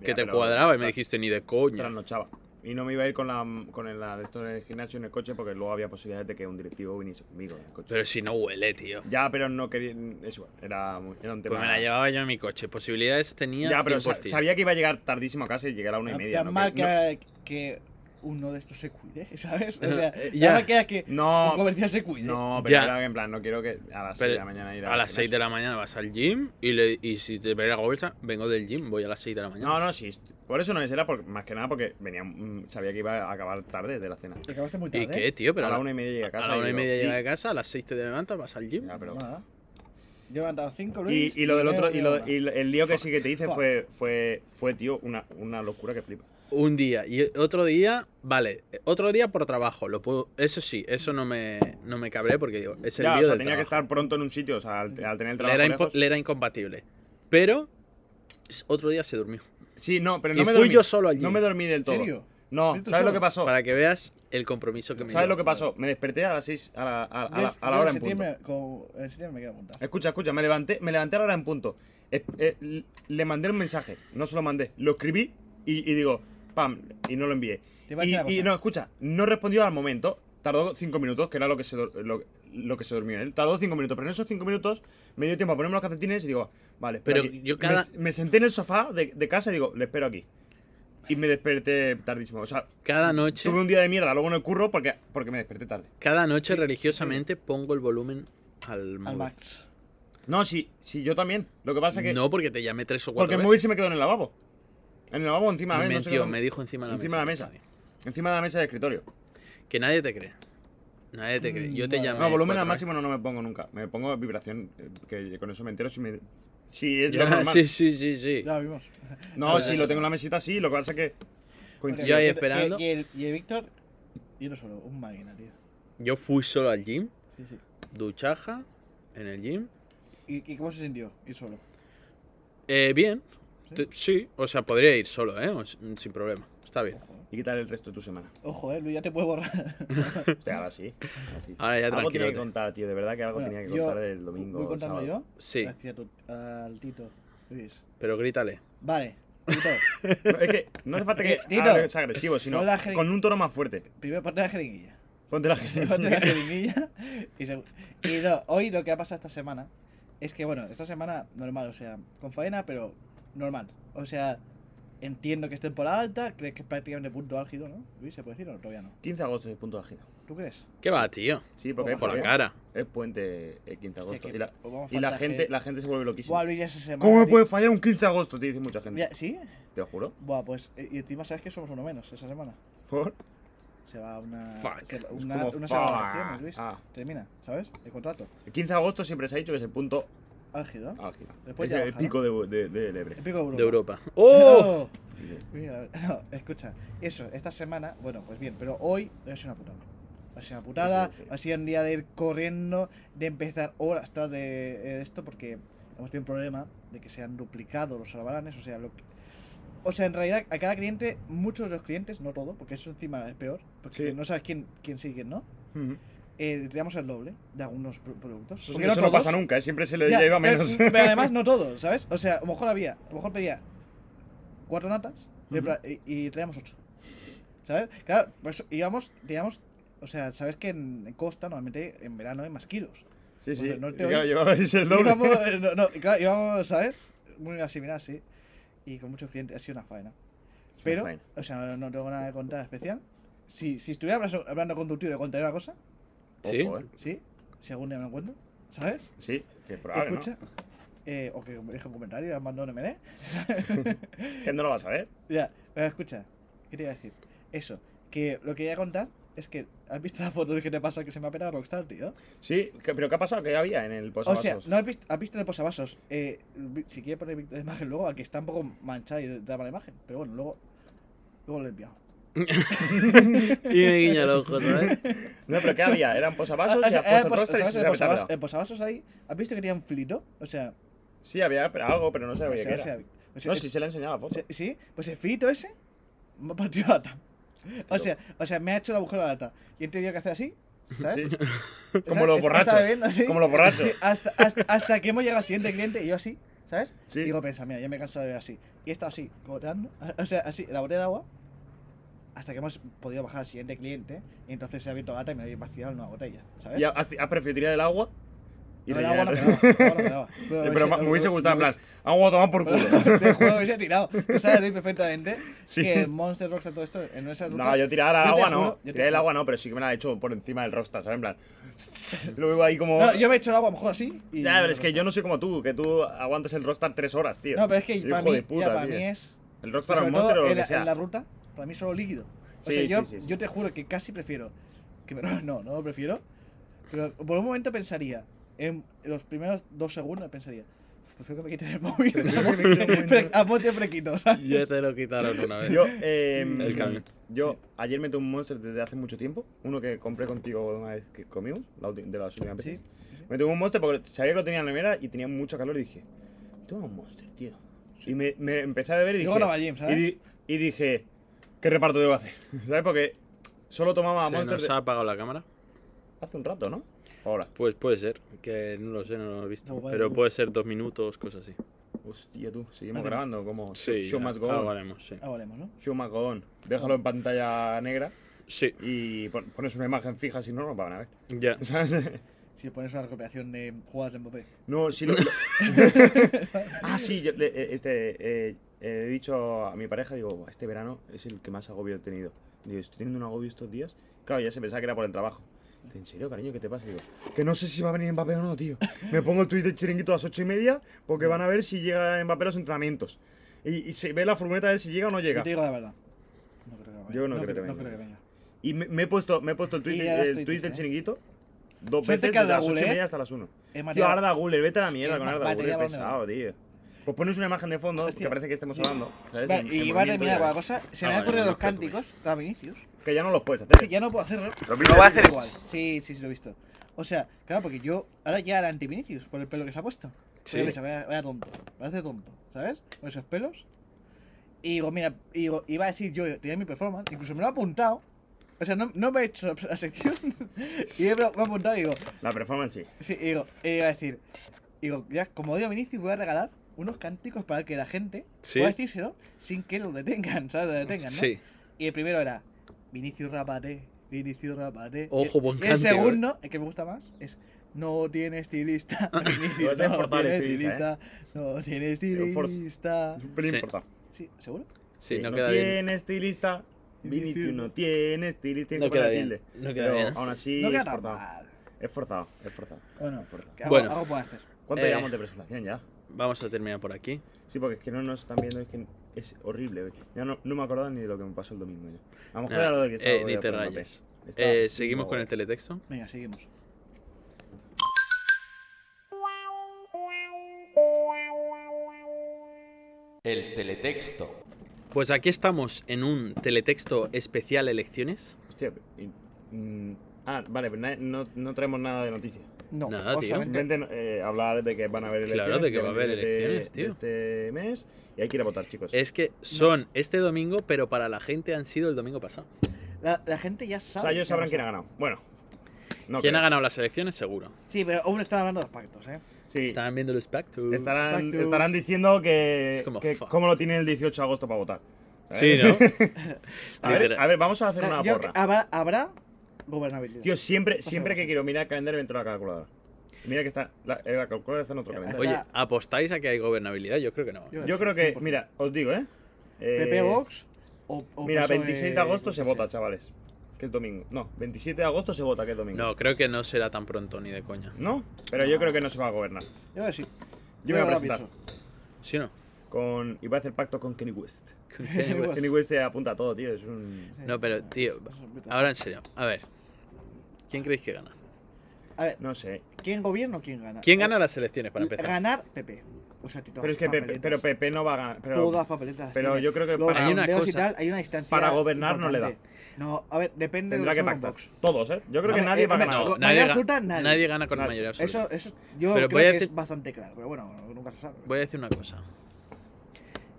[SPEAKER 3] Ya,
[SPEAKER 1] Que te
[SPEAKER 3] pero
[SPEAKER 1] cuadraba y me
[SPEAKER 3] tra-
[SPEAKER 1] dijiste ni de coña.
[SPEAKER 3] Trasnochaba. Y no me iba a ir con la, con la de esto del gimnasio en el coche porque luego había posibilidades de que un directivo viniese conmigo en el coche.
[SPEAKER 1] Pero si no huele, tío.
[SPEAKER 3] Ya, pero no quería. Es igual, era, era un tema.
[SPEAKER 1] Pues me la llevaba yo en mi coche. Posibilidades tenía.
[SPEAKER 3] Ya, pero sa-
[SPEAKER 1] 100%.
[SPEAKER 3] sabía que iba a llegar tardísimo a casa y llegar a una y
[SPEAKER 2] Tan-
[SPEAKER 3] media.
[SPEAKER 2] tan
[SPEAKER 3] ¿no?
[SPEAKER 2] mal
[SPEAKER 3] Que-
[SPEAKER 2] que,
[SPEAKER 3] no-
[SPEAKER 2] que uno de estos se cuide, ¿sabes? O sea,
[SPEAKER 1] Eh,
[SPEAKER 2] tan
[SPEAKER 1] ya.
[SPEAKER 2] mal queda que
[SPEAKER 3] No.
[SPEAKER 2] un comercial se cuide.
[SPEAKER 3] No, pero
[SPEAKER 1] Ya.
[SPEAKER 3] era en plan, no quiero que a las 6 de la mañana ir
[SPEAKER 1] a las 6 de
[SPEAKER 3] la
[SPEAKER 1] la mañana vas al gym y, le, y si te pega la bolsa, vengo del gym, voy a las 6 de la mañana.
[SPEAKER 3] No, no, sí. Por eso no es, era porque, más que nada porque venía, mm, sabía que iba a acabar tarde de la cena.
[SPEAKER 2] Te acabaste muy tarde. ¿eh?
[SPEAKER 1] ¿Y qué, tío? Pero
[SPEAKER 3] a la una y media llegué a casa.
[SPEAKER 1] a la una y
[SPEAKER 3] digo,
[SPEAKER 1] media
[SPEAKER 3] y-
[SPEAKER 1] llegas de casa, a las 6 te levantas, vas al gym.
[SPEAKER 3] Ya, pero-
[SPEAKER 2] Nada. Yo he levantado 5
[SPEAKER 3] Y,
[SPEAKER 2] Luis.
[SPEAKER 3] y lo del
[SPEAKER 2] me he
[SPEAKER 3] otro, y,
[SPEAKER 2] dormido
[SPEAKER 3] lo-
[SPEAKER 2] ahora.
[SPEAKER 3] y lo- el lío que sí que te hice
[SPEAKER 2] fuck.
[SPEAKER 3] fue, fue, fue, tío, una, una locura que flipa.
[SPEAKER 1] Un día y otro día, vale, otro día por trabajo. lo puedo Eso sí, eso no me, no me cabré porque digo, es el
[SPEAKER 3] Ya, o
[SPEAKER 1] lío
[SPEAKER 3] sea,
[SPEAKER 1] del
[SPEAKER 3] tenía que
[SPEAKER 1] trabajo.
[SPEAKER 3] estar pronto en un sitio, o sea, al, al tener el
[SPEAKER 1] le,
[SPEAKER 3] trabajo
[SPEAKER 1] era impo-
[SPEAKER 3] lejos.
[SPEAKER 1] le era incompatible. Pero s- otro día se durmió.
[SPEAKER 3] Sí, no, pero
[SPEAKER 1] Y
[SPEAKER 3] no me
[SPEAKER 1] fui
[SPEAKER 3] dormí.
[SPEAKER 1] yo solo allí.
[SPEAKER 3] No me dormí del
[SPEAKER 2] ¿En
[SPEAKER 3] todo.
[SPEAKER 2] serio?
[SPEAKER 3] No,
[SPEAKER 2] ¿Fuiste tú
[SPEAKER 3] ¿sabes lo
[SPEAKER 2] solo?
[SPEAKER 3] que pasó?
[SPEAKER 1] Para que veas el compromiso que me
[SPEAKER 3] ¿Sabes
[SPEAKER 1] dio.
[SPEAKER 3] lo que pasó? Me desperté a las 6, a la, a, a
[SPEAKER 2] Yo
[SPEAKER 3] la,
[SPEAKER 2] en-
[SPEAKER 3] a la
[SPEAKER 2] yo
[SPEAKER 3] hora
[SPEAKER 2] en
[SPEAKER 3] en punto. Eh,
[SPEAKER 2] septiembre, como- En septiembre me queda apuntado.
[SPEAKER 3] Escucha, escucha, me levanté, me levanté a la hora en punto. Es- eh, l- le mandé un mensaje, no se lo mandé, lo escribí y, y digo, pam, y no lo envié.
[SPEAKER 2] Te iba a
[SPEAKER 3] Y,
[SPEAKER 2] decir una
[SPEAKER 3] y
[SPEAKER 2] cosa.
[SPEAKER 3] no, escucha, no respondió al momento, tardó cinco minutos, que era lo que se, dor- lo, lo que se durmió él, tardó cinco minutos, pero en esos cinco minutos me dio tiempo a ponerme los calcetines y digo, vale, espera
[SPEAKER 1] Pero
[SPEAKER 3] aquí.
[SPEAKER 1] yo
[SPEAKER 3] Me
[SPEAKER 1] cada-
[SPEAKER 3] s- me, senté en el sofá de, de casa y digo, le espero aquí. Y me desperté tardísimo, o sea,
[SPEAKER 1] Cada noche,
[SPEAKER 3] tuve un día de mierda, luego no el curro porque, porque me desperté tarde.
[SPEAKER 1] cada noche religiosamente pongo el volumen al
[SPEAKER 2] Al
[SPEAKER 1] móvil.
[SPEAKER 2] Max.
[SPEAKER 3] No, sí, sí, yo también, lo que pasa que...
[SPEAKER 1] No, porque te llamé tres o cuatro
[SPEAKER 3] Porque el
[SPEAKER 1] veces.
[SPEAKER 3] móvil se me quedó en el lavabo. En el lavabo encima de la
[SPEAKER 1] Me
[SPEAKER 3] mesa. no sé
[SPEAKER 1] mintió,
[SPEAKER 3] dónde.
[SPEAKER 1] me dijo encima de la
[SPEAKER 3] Encima
[SPEAKER 1] mesa.
[SPEAKER 3] de la Encima de la mesa de escritorio.
[SPEAKER 1] Que nadie te cree. Nadie te cree. Yo te
[SPEAKER 2] Mm,
[SPEAKER 1] llamé.
[SPEAKER 3] No, volumen
[SPEAKER 1] cuatro veces.
[SPEAKER 3] al máximo no, no me pongo nunca. Me pongo vibración, eh, que con eso me entero si me... Sí, es
[SPEAKER 1] Ya,
[SPEAKER 3] lo normal.
[SPEAKER 1] sí, sí, sí, sí.
[SPEAKER 2] Ya lo vimos.
[SPEAKER 3] No,
[SPEAKER 1] Ya,
[SPEAKER 3] si
[SPEAKER 1] ya.
[SPEAKER 3] lo tengo en la mesita, sí, lo que pasa es que...
[SPEAKER 2] Porque
[SPEAKER 3] coincide.
[SPEAKER 1] yo ahí
[SPEAKER 2] que-
[SPEAKER 1] esperando.
[SPEAKER 2] que- Y el, y el Víctor, yo no solo, un máquina, tío.
[SPEAKER 1] Yo fui solo al gym,
[SPEAKER 2] Sí, sí.
[SPEAKER 1] duchaja en el gym.
[SPEAKER 2] ¿Y, y cómo se sintió ir solo?
[SPEAKER 1] Eh, bien,
[SPEAKER 2] ¿Sí?
[SPEAKER 1] Te- sí, o sea, podría ir solo, ¿eh? O- Sin problema, está bien.
[SPEAKER 2] Ojo, eh.
[SPEAKER 3] ¿Y qué tal el resto de tu semana?
[SPEAKER 2] Ojo, eh, Luis, ya te puedes borrar.
[SPEAKER 3] O sea, ahora sí. Ahora, sí.
[SPEAKER 1] Ahora ya
[SPEAKER 3] algo tenía que
[SPEAKER 1] tranquilote.
[SPEAKER 3] contar, tío. De verdad que algo
[SPEAKER 2] Bueno,
[SPEAKER 3] tenía que
[SPEAKER 2] yo-
[SPEAKER 3] contar del domingo.
[SPEAKER 2] Voy
[SPEAKER 3] o
[SPEAKER 2] contando
[SPEAKER 3] sábado.
[SPEAKER 2] yo.
[SPEAKER 1] Sí,
[SPEAKER 2] Gracias a tu- al Tito, Luis.
[SPEAKER 1] pero grítale.
[SPEAKER 2] Vale, Tito,
[SPEAKER 3] No, es que no hace falta que
[SPEAKER 2] Eh, Tito.
[SPEAKER 3] hables agresivo, sino
[SPEAKER 2] No la jeri-
[SPEAKER 3] con un tono más fuerte.
[SPEAKER 2] primero parte de la jeringuilla.
[SPEAKER 3] Ponte la
[SPEAKER 2] Ponte la
[SPEAKER 3] jeringuilla.
[SPEAKER 2] jeringuilla. Y, seg- y no, hoy lo que ha pasado esta semana es que, bueno, esta semana normal, o sea, con faena, pero normal. O sea, entiendo que es temporada alta, crees que es prácticamente punto álgido, ¿no? Luis, ¿se puede decir o todavía no?
[SPEAKER 3] 15 de agosto es el punto álgido.
[SPEAKER 2] ¿Tú crees?
[SPEAKER 1] ¿Qué va, tío?
[SPEAKER 3] Sí, porque
[SPEAKER 2] Ojo,
[SPEAKER 1] Por la
[SPEAKER 3] es,
[SPEAKER 1] cara.
[SPEAKER 3] es puente el 15 de
[SPEAKER 2] Hostia,
[SPEAKER 3] agosto.
[SPEAKER 2] que
[SPEAKER 3] Y la,
[SPEAKER 2] os vamos
[SPEAKER 3] y la
[SPEAKER 2] faltaje.
[SPEAKER 3] gente, la gente se vuelve loquísima.
[SPEAKER 2] Buah, Luis, ya se semana.
[SPEAKER 3] ¿Cómo me
[SPEAKER 2] tío.
[SPEAKER 3] puede fallar un 15 de agosto? Te dice mucha gente.
[SPEAKER 2] Ya- ¿Sí?
[SPEAKER 3] Te lo juro.
[SPEAKER 2] Buah, pues. eh, Y encima sabes que somos uno menos esa semana.
[SPEAKER 3] Por...
[SPEAKER 2] Se va una.
[SPEAKER 1] Fuck.
[SPEAKER 2] se va
[SPEAKER 3] Es
[SPEAKER 2] una
[SPEAKER 3] como,
[SPEAKER 2] una semana de
[SPEAKER 3] fuck.
[SPEAKER 2] vacaciones, Luis.
[SPEAKER 3] Ah.
[SPEAKER 2] Termina, ¿sabes? El contrato.
[SPEAKER 3] El 15 de agosto siempre se ha dicho que es el punto
[SPEAKER 2] Álgido.
[SPEAKER 3] álgido.
[SPEAKER 2] Después
[SPEAKER 3] es
[SPEAKER 2] ya
[SPEAKER 3] el
[SPEAKER 2] baja,
[SPEAKER 3] pico de, Ah, de, del Everest.
[SPEAKER 2] El pico de Europa.
[SPEAKER 1] De Europa. ¡Oh!
[SPEAKER 2] ¡No! Mira, no, escucha, eso, esta semana, bueno, pues bien, pero hoy ha sido una putada. Ha sido una putada,
[SPEAKER 3] Sí, sí, sí.
[SPEAKER 2] ha sido un día de ir corriendo, de empezar horas tarde eh, esto, porque hemos tenido un problema de que se han duplicado los albaranes, o sea, lo que- O sea, en realidad, a cada cliente, muchos de los clientes, no todo, porque eso encima es peor, porque
[SPEAKER 3] Sí.
[SPEAKER 2] no sabes quién, quién sí, quién no,
[SPEAKER 3] Ujú.
[SPEAKER 2] eh, teníamos el doble de algunos pro- productos.
[SPEAKER 3] Eso,
[SPEAKER 2] porque
[SPEAKER 3] eso no
[SPEAKER 2] todos.
[SPEAKER 3] pasa nunca, ¿eh? siempre se le
[SPEAKER 2] Ya,
[SPEAKER 3] lleva
[SPEAKER 2] pero-
[SPEAKER 3] menos.
[SPEAKER 2] Pero, además no todo, ¿sabes? O sea, a lo mejor había, a lo mejor pedía cuatro natas y en
[SPEAKER 3] Ujú.
[SPEAKER 2] plan- y, y traíamos ocho. ¿Sabes? Claro, pues íbamos, teníamos, o sea, sabes que en, en Costa normalmente en verano hay más kilos.
[SPEAKER 3] Sí, sí.
[SPEAKER 2] Bueno, no te
[SPEAKER 3] Y claro,
[SPEAKER 2] oí.
[SPEAKER 3] llevabais el doble.
[SPEAKER 2] Íbamos, eh, no, no, claro, íbamos, ¿sabes? Muy asimilados, sí. Y con muchos clientes ha sido una faena.
[SPEAKER 3] una
[SPEAKER 2] Pero,
[SPEAKER 3] faena.
[SPEAKER 2] o sea, no, no tengo nada que contar especial. Si, si estuviera hablando- hablando con tu tío, le contaría una cosa,
[SPEAKER 1] Sí.
[SPEAKER 3] Ojo, ¿eh?
[SPEAKER 2] ¿sí? Si algún día me lo encuentro, ¿sabes?
[SPEAKER 3] Sí, que probable,
[SPEAKER 2] Escucha. eh, o que me deje un comentario, me manda un MD.
[SPEAKER 3] ¿no? Que no lo vas a ver.
[SPEAKER 2] Ya, pero escucha, ¿qué te iba a decir? Eso, que lo que iba a contar es que has visto la foto de que te pasa que se me ha petado Rockstar, tío.
[SPEAKER 3] Sí, que- pero ¿qué ha pasado? ¿Qué había en el
[SPEAKER 2] O
[SPEAKER 3] posavasos?
[SPEAKER 2] sea, no has visto, has visto el posavasos. Eh, vi- si quieres poner la imagen luego, aquí está un poco manchada y da mala imagen, pero bueno, luego, luego lo he enviado.
[SPEAKER 1] Y me guiña el ojo, ¿sabes?
[SPEAKER 3] No, pero ¿qué había? Eran posavasos,
[SPEAKER 2] Ah, o sea,
[SPEAKER 3] y
[SPEAKER 2] eh,
[SPEAKER 3] el
[SPEAKER 2] pos-
[SPEAKER 3] posavasos
[SPEAKER 2] ¿sabes
[SPEAKER 3] y
[SPEAKER 2] el
[SPEAKER 3] la
[SPEAKER 2] posavas-
[SPEAKER 3] petarda.
[SPEAKER 2] el posavasos ahí, ¿has visto que tenía un flito? O sea,
[SPEAKER 3] Sí, había pero algo, pero no
[SPEAKER 2] o
[SPEAKER 3] sabía
[SPEAKER 2] sea,
[SPEAKER 3] qué
[SPEAKER 2] o sea,
[SPEAKER 3] era.
[SPEAKER 2] o sea, eh,
[SPEAKER 3] No,
[SPEAKER 2] es-
[SPEAKER 3] sí se le ha enseñado la foto.
[SPEAKER 2] Sí, sí, pues el filito ese me ha partido la lata. O sea, o sea, me ha hecho el agujero de la lata. Y he tenido que hacer así, ¿sabes?
[SPEAKER 3] Sí.
[SPEAKER 2] O sea,
[SPEAKER 3] Como los
[SPEAKER 2] est-
[SPEAKER 3] borrachos.
[SPEAKER 2] estaba bien, así.
[SPEAKER 3] Como los borrachos.
[SPEAKER 2] Sí, hasta, hasta, hasta que hemos llegado al siguiente cliente y yo así, ¿sabes?
[SPEAKER 3] Sí.
[SPEAKER 2] Digo, pensa, mira, ya me he cansado de ver así. Y he estado así, cobrando, o sea, así, la botella de agua, hasta que hemos podido bajar al siguiente cliente. Y entonces se ha abierto la lata y me he vaciado en una botella, ¿sabes?
[SPEAKER 3] Y ha- has, has preferido tirar el agua. Y
[SPEAKER 2] No, el
[SPEAKER 3] rellenar-
[SPEAKER 2] agua no me daba, el agua no me daba.
[SPEAKER 3] Pero,
[SPEAKER 2] hubiese-
[SPEAKER 3] ma- me hubiese gustado, en plan,
[SPEAKER 2] hubiese-
[SPEAKER 3] agua toma por culo.
[SPEAKER 2] Te juro, me hubiese tirado. Tú sabes Luis, perfectamente
[SPEAKER 3] Sí.
[SPEAKER 2] que Monster Rockstar todo esto eh, en esas
[SPEAKER 3] No,
[SPEAKER 2] rutas
[SPEAKER 3] yo tirar al
[SPEAKER 2] Yo te
[SPEAKER 3] agua
[SPEAKER 2] juro,
[SPEAKER 3] no.
[SPEAKER 2] yo te
[SPEAKER 3] Tirar el
[SPEAKER 2] juro.
[SPEAKER 3] agua no, pero sí que me la he hecho por encima del rosta, ¿sabes? En plan. Lo veo ahí como.
[SPEAKER 2] No, yo me he hecho el agua a lo mejor así. Y
[SPEAKER 3] Ya, pero es que yo no soy como tú, que tú aguantas el rockstar tres horas, tío.
[SPEAKER 2] No, pero es que
[SPEAKER 3] Hijo
[SPEAKER 2] para
[SPEAKER 3] de
[SPEAKER 2] mí,
[SPEAKER 3] puta,
[SPEAKER 2] ya, para
[SPEAKER 3] tío.
[SPEAKER 2] mí es.
[SPEAKER 3] El
[SPEAKER 2] y
[SPEAKER 3] rockstar o
[SPEAKER 2] Sobre
[SPEAKER 3] el monster
[SPEAKER 2] todo
[SPEAKER 3] o lo
[SPEAKER 2] en
[SPEAKER 3] que
[SPEAKER 2] la, en la
[SPEAKER 3] sea.
[SPEAKER 2] ruta, para mí solo líquido. O
[SPEAKER 3] Sí,
[SPEAKER 2] sea,
[SPEAKER 3] sí,
[SPEAKER 2] yo,
[SPEAKER 3] sí, sí.
[SPEAKER 2] yo te juro que casi prefiero. Que me roben- no, no lo prefiero. Pero por un momento pensaría, en los primeros dos segundos pensaría, "Uf, prefiero que me quiten el móvil. Pre- a ponte fresquito, ¿sabes?
[SPEAKER 1] Ya te lo quitaron una vez.
[SPEAKER 3] Yo, eh,
[SPEAKER 1] El camión.
[SPEAKER 3] Yo
[SPEAKER 2] Sí.
[SPEAKER 3] ayer metí un monster desde hace mucho tiempo. Uno que compré contigo una vez que comimos, la ulti- de las últimas
[SPEAKER 2] Sí,
[SPEAKER 3] veces.
[SPEAKER 2] sí.
[SPEAKER 3] Me tomé un monster porque sabía que lo tenía en la nevera y tenía mucho calor y dije, toma un monster, tío. Y me, me empecé a beber y
[SPEAKER 2] Yo
[SPEAKER 3] dije,
[SPEAKER 2] con la Valim, ¿sabes?
[SPEAKER 3] y, di- y dije, ¿qué reparto debo hacer? ¿Sabes? Porque solo tomaba
[SPEAKER 1] ¿Se
[SPEAKER 3] monster
[SPEAKER 1] nos
[SPEAKER 3] de-
[SPEAKER 1] ha apagado la cámara?
[SPEAKER 3] hace un rato, ¿no? Ahora.
[SPEAKER 1] Pues puede ser, que no lo sé, no lo he visto.
[SPEAKER 2] No, vale,
[SPEAKER 1] pero
[SPEAKER 2] pues.
[SPEAKER 1] puede ser dos minutos, cosas así.
[SPEAKER 3] Hostia, tú, seguimos
[SPEAKER 2] Hacemos.
[SPEAKER 3] grabando como
[SPEAKER 1] Sí,
[SPEAKER 3] Show Must Go
[SPEAKER 1] algo
[SPEAKER 3] On.
[SPEAKER 1] haremos, sí.
[SPEAKER 2] Ah, volemos, ¿no?
[SPEAKER 3] Show Must Go On. Déjalo en pantalla negra
[SPEAKER 1] Sí,
[SPEAKER 3] y pon- pones una imagen fija, si no, no van a ver.
[SPEAKER 1] ya.
[SPEAKER 3] ¿Sabes?
[SPEAKER 2] Si pones una recopilación de jugadas de Mbappé.
[SPEAKER 3] No, sí lo. lo- ah, sí, yo le- eh, este, eh, eh, he dicho a mi pareja, digo, "Buah, este verano es el que más agobio he tenido. Digo, estoy teniendo un agobio estos días. Claro, ya se pensaba que era por el trabajo. Dice, ¿En serio, cariño? ¿Qué te pasa? Digo, que no sé si va a venir Mbappé o no, tío. Me pongo el twist de chiringuito a las ocho y media porque van a ver si llega Mbappé a los entrenamientos. Y, y se ve la furgoneta a ver si llega o no
[SPEAKER 2] Yo
[SPEAKER 3] llega.
[SPEAKER 2] te digo la verdad. No creo que venga.
[SPEAKER 3] Yo no creo que
[SPEAKER 2] no
[SPEAKER 3] venga.
[SPEAKER 2] creo que venga.
[SPEAKER 3] Y me, me he puesto, me he puesto el
[SPEAKER 2] Y
[SPEAKER 3] twist,
[SPEAKER 2] ahora
[SPEAKER 3] de- el
[SPEAKER 2] estoy
[SPEAKER 3] twist del
[SPEAKER 2] triste, ¿eh?
[SPEAKER 3] chiringuito dos
[SPEAKER 2] Suerte
[SPEAKER 3] veces
[SPEAKER 2] que ¿eh?
[SPEAKER 3] desde las
[SPEAKER 2] Arda
[SPEAKER 3] ocho y
[SPEAKER 2] Güler-
[SPEAKER 3] media hasta las 1.
[SPEAKER 2] Es
[SPEAKER 3] Tío,
[SPEAKER 2] María-
[SPEAKER 3] Arda Guller, vete a la
[SPEAKER 2] Es que
[SPEAKER 3] mierda con
[SPEAKER 2] ma-
[SPEAKER 3] Arda
[SPEAKER 2] material
[SPEAKER 3] Guller,
[SPEAKER 2] donde
[SPEAKER 3] pesado, tío. Pues pones una imagen de fondo que
[SPEAKER 2] Hostia.
[SPEAKER 3] parece que estemos hablando. ¿sabes?
[SPEAKER 2] Vale,
[SPEAKER 3] En- en
[SPEAKER 2] y va a
[SPEAKER 3] movimiento
[SPEAKER 2] terminar
[SPEAKER 3] ya
[SPEAKER 2] con la
[SPEAKER 3] ves.
[SPEAKER 2] cosa. Se
[SPEAKER 3] Ah,
[SPEAKER 2] me han
[SPEAKER 3] vale,
[SPEAKER 2] ocurrido
[SPEAKER 3] no,
[SPEAKER 2] dos
[SPEAKER 3] no, no, tú, tú.
[SPEAKER 2] cánticos a Vinicius.
[SPEAKER 3] Que ya no los puedes
[SPEAKER 2] Sí,
[SPEAKER 3] hacer.
[SPEAKER 2] ya no puedo hacerlo.
[SPEAKER 4] Lo va a hacer
[SPEAKER 2] Igual. Sí, sí, sí, lo he visto. O sea, claro, porque yo ahora ya era anti-Vinicius por el pelo que se ha puesto.
[SPEAKER 3] Sí.
[SPEAKER 2] Yo pensaba, vaya, vaya tonto, parece tonto, ¿sabes? Con esos pelos. Y digo, mira, y digo, iba a decir yo, tenía mi performance, incluso me lo ha apuntado. O sea, no, no me he hecho la sección. y me lo me ha apuntado y digo,
[SPEAKER 3] La performance sí.
[SPEAKER 2] sí, y digo, y iba a decir, digo, ya, como digo Vinicius, voy a regalar unos cánticos para que la gente
[SPEAKER 1] Sí.
[SPEAKER 2] pueda decírselo sin que lo detengan, ¿sabes? Lo detengan, ¿no?
[SPEAKER 1] Sí.
[SPEAKER 2] Y el primero era Vinicius Rapate, Vinicius Rapate.
[SPEAKER 1] Ojo, buen
[SPEAKER 2] Y el
[SPEAKER 1] cántico, eh.
[SPEAKER 2] segundo, el que me gusta más, es No tiene estilista.
[SPEAKER 3] Lo
[SPEAKER 2] Vinicius
[SPEAKER 3] tengo
[SPEAKER 2] no
[SPEAKER 3] portado
[SPEAKER 2] tiene
[SPEAKER 3] estilista,
[SPEAKER 2] estilista. No tiene
[SPEAKER 3] Digo, por-
[SPEAKER 2] estilista.
[SPEAKER 3] Es un pelín
[SPEAKER 1] Sí.
[SPEAKER 3] importado.
[SPEAKER 2] Sí, ¿seguro?
[SPEAKER 1] Sí, no,
[SPEAKER 3] no
[SPEAKER 1] queda
[SPEAKER 3] tiene
[SPEAKER 1] bien.
[SPEAKER 3] estilista. Vinicius no tiene estilista. tiene
[SPEAKER 1] No
[SPEAKER 3] que poner
[SPEAKER 1] queda
[SPEAKER 3] la
[SPEAKER 1] bien.
[SPEAKER 3] tilde.
[SPEAKER 1] No queda
[SPEAKER 3] Pero
[SPEAKER 1] bien.
[SPEAKER 3] aún así
[SPEAKER 2] no
[SPEAKER 3] es
[SPEAKER 2] queda tan
[SPEAKER 3] forzado.
[SPEAKER 2] mal.
[SPEAKER 3] Es forzado, es forzado.
[SPEAKER 2] Bueno,
[SPEAKER 3] es forzado.
[SPEAKER 2] que algo,
[SPEAKER 1] Bueno.
[SPEAKER 2] algo puedo hacer.
[SPEAKER 3] ¿Cuánto
[SPEAKER 1] Eh.
[SPEAKER 3] llevamos de presentación ya?
[SPEAKER 1] Vamos a terminar por aquí.
[SPEAKER 3] Sí, porque es que no nos están viendo, es que es horrible. güey. Ya no, no me acordaba ni de lo que me pasó el domingo. Ya. A lo mejor
[SPEAKER 1] Nah,
[SPEAKER 3] era lo de que estaba.
[SPEAKER 1] eh,
[SPEAKER 3] voy
[SPEAKER 1] ni
[SPEAKER 3] a
[SPEAKER 1] te
[SPEAKER 3] poner una
[SPEAKER 1] rayes.
[SPEAKER 3] pez. Está
[SPEAKER 1] Eh,
[SPEAKER 3] haciendo
[SPEAKER 1] Seguimos con el
[SPEAKER 3] agua.
[SPEAKER 1] teletexto.
[SPEAKER 2] Venga, seguimos.
[SPEAKER 4] El teletexto.
[SPEAKER 1] Pues aquí estamos en un teletexto especial elecciones.
[SPEAKER 3] Hostia, y- mm, ah, vale, pero na- no, no traemos nada de noticias.
[SPEAKER 2] No,
[SPEAKER 1] Nada, tío.
[SPEAKER 2] obviamente-
[SPEAKER 3] Simplemente eh, hablar de que van a haber
[SPEAKER 1] Claro,
[SPEAKER 3] elecciones.
[SPEAKER 1] de que va a haber
[SPEAKER 3] 27 de-
[SPEAKER 1] elecciones, tío.
[SPEAKER 3] de Este mes. Y hay que ir a votar, chicos.
[SPEAKER 1] Es que son este domingo, pero para la gente han sido el domingo pasado.
[SPEAKER 2] La, la gente ya
[SPEAKER 3] o
[SPEAKER 2] sabe.
[SPEAKER 3] sea, ellos
[SPEAKER 2] qué
[SPEAKER 3] sabrán
[SPEAKER 2] pasa.
[SPEAKER 3] quién ha ganado. Bueno. No
[SPEAKER 1] ¿Quién
[SPEAKER 3] creo.
[SPEAKER 1] ha ganado las elecciones? Seguro.
[SPEAKER 2] Sí, pero aún están hablando de los pactos, ¿eh?
[SPEAKER 3] Sí.
[SPEAKER 1] Estaban viendo los pactos.
[SPEAKER 3] Estarán,
[SPEAKER 2] Factus.
[SPEAKER 3] estarán diciendo que,
[SPEAKER 1] Es como
[SPEAKER 3] que
[SPEAKER 1] fuck.
[SPEAKER 3] cómo lo tienen el 18 de agosto para votar.
[SPEAKER 1] Sí,
[SPEAKER 3] ¿Eh?
[SPEAKER 1] ¿no?
[SPEAKER 3] a, ver,
[SPEAKER 1] Literal.
[SPEAKER 3] a ver, vamos a hacer
[SPEAKER 2] La-
[SPEAKER 3] una
[SPEAKER 2] Ah, yo-
[SPEAKER 3] porra.
[SPEAKER 2] habrá, habrá gobernabilidad.
[SPEAKER 3] Tío, siempre,
[SPEAKER 2] Pasa,
[SPEAKER 3] siempre
[SPEAKER 2] pasa.
[SPEAKER 3] que quiero mirar el calendario, me entro a la calculadora. Mira que está. La, eh, la calculadora está en otro
[SPEAKER 2] Ya,
[SPEAKER 3] calendario.
[SPEAKER 1] Oye, ¿apostáis a que hay gobernabilidad? Yo creo que no.
[SPEAKER 2] Yo-
[SPEAKER 3] Yo creo que,
[SPEAKER 2] 100%.
[SPEAKER 3] mira, os digo, ¿eh? Eh,
[SPEAKER 2] PP Vox o, o
[SPEAKER 3] Mira,
[SPEAKER 2] PSOE,
[SPEAKER 3] 26 de agosto se
[SPEAKER 2] yo qué
[SPEAKER 3] vota,
[SPEAKER 2] sé.
[SPEAKER 3] chavales. Que es domingo. No, 27 de agosto se vota, que es domingo.
[SPEAKER 1] No, creo que no será tan pronto ni de coña.
[SPEAKER 3] ¿No? Pero yo creo que no se va a gobernar.
[SPEAKER 2] Yo creo que sí.
[SPEAKER 3] Yo me voy a
[SPEAKER 2] ahora
[SPEAKER 3] presentar
[SPEAKER 2] pienso.
[SPEAKER 1] ¿Sí o no?
[SPEAKER 3] con. Y voy a hacer pacto con Kenny West.
[SPEAKER 1] Con Kanye West.
[SPEAKER 2] Pues
[SPEAKER 3] Kenny West se apunta a todo, tío. Es un.
[SPEAKER 2] Sí.
[SPEAKER 1] No, pero, tío,
[SPEAKER 2] Eso es brutal.
[SPEAKER 1] Ahora en serio, a ver. ¿Quién creéis que gana?
[SPEAKER 2] A ver,
[SPEAKER 3] No sé.
[SPEAKER 2] ¿quién gobierna o quién gana?
[SPEAKER 1] ¿Quién gana las elecciones para
[SPEAKER 2] L-
[SPEAKER 1] empezar?
[SPEAKER 2] Ganar PP. O sea, todas
[SPEAKER 3] Pero es que
[SPEAKER 2] papeletas,
[SPEAKER 3] Pepe, pero Pepe no va a ganar. Pero
[SPEAKER 2] todas papeletas.
[SPEAKER 3] pero
[SPEAKER 2] tiene.
[SPEAKER 3] yo creo que
[SPEAKER 2] Los
[SPEAKER 3] para-
[SPEAKER 1] Hay una
[SPEAKER 2] sondeos y
[SPEAKER 1] cosa.
[SPEAKER 2] tal, hay una distancia.
[SPEAKER 3] Para gobernar no le da.
[SPEAKER 2] importante. No, a ver, depende
[SPEAKER 3] tendrá
[SPEAKER 2] de
[SPEAKER 3] que
[SPEAKER 2] lo sea
[SPEAKER 3] pactar.
[SPEAKER 2] Vox.
[SPEAKER 3] Todos, ¿eh? Yo creo que
[SPEAKER 2] Hombre,
[SPEAKER 3] nadie
[SPEAKER 2] eh,
[SPEAKER 3] va a
[SPEAKER 2] hombre,
[SPEAKER 3] ganar.
[SPEAKER 2] go-
[SPEAKER 1] No,
[SPEAKER 2] mayoría
[SPEAKER 1] nadie, ga-
[SPEAKER 2] absoluta, nadie.
[SPEAKER 1] nadie gana con la
[SPEAKER 3] Nadie.
[SPEAKER 1] mayoría absoluta.
[SPEAKER 2] Eso, eso yo
[SPEAKER 1] Pero
[SPEAKER 2] creo
[SPEAKER 1] voy a
[SPEAKER 2] que
[SPEAKER 1] decir-
[SPEAKER 2] es bastante claro. Pero bueno, nunca se sabe.
[SPEAKER 1] Voy a decir una cosa.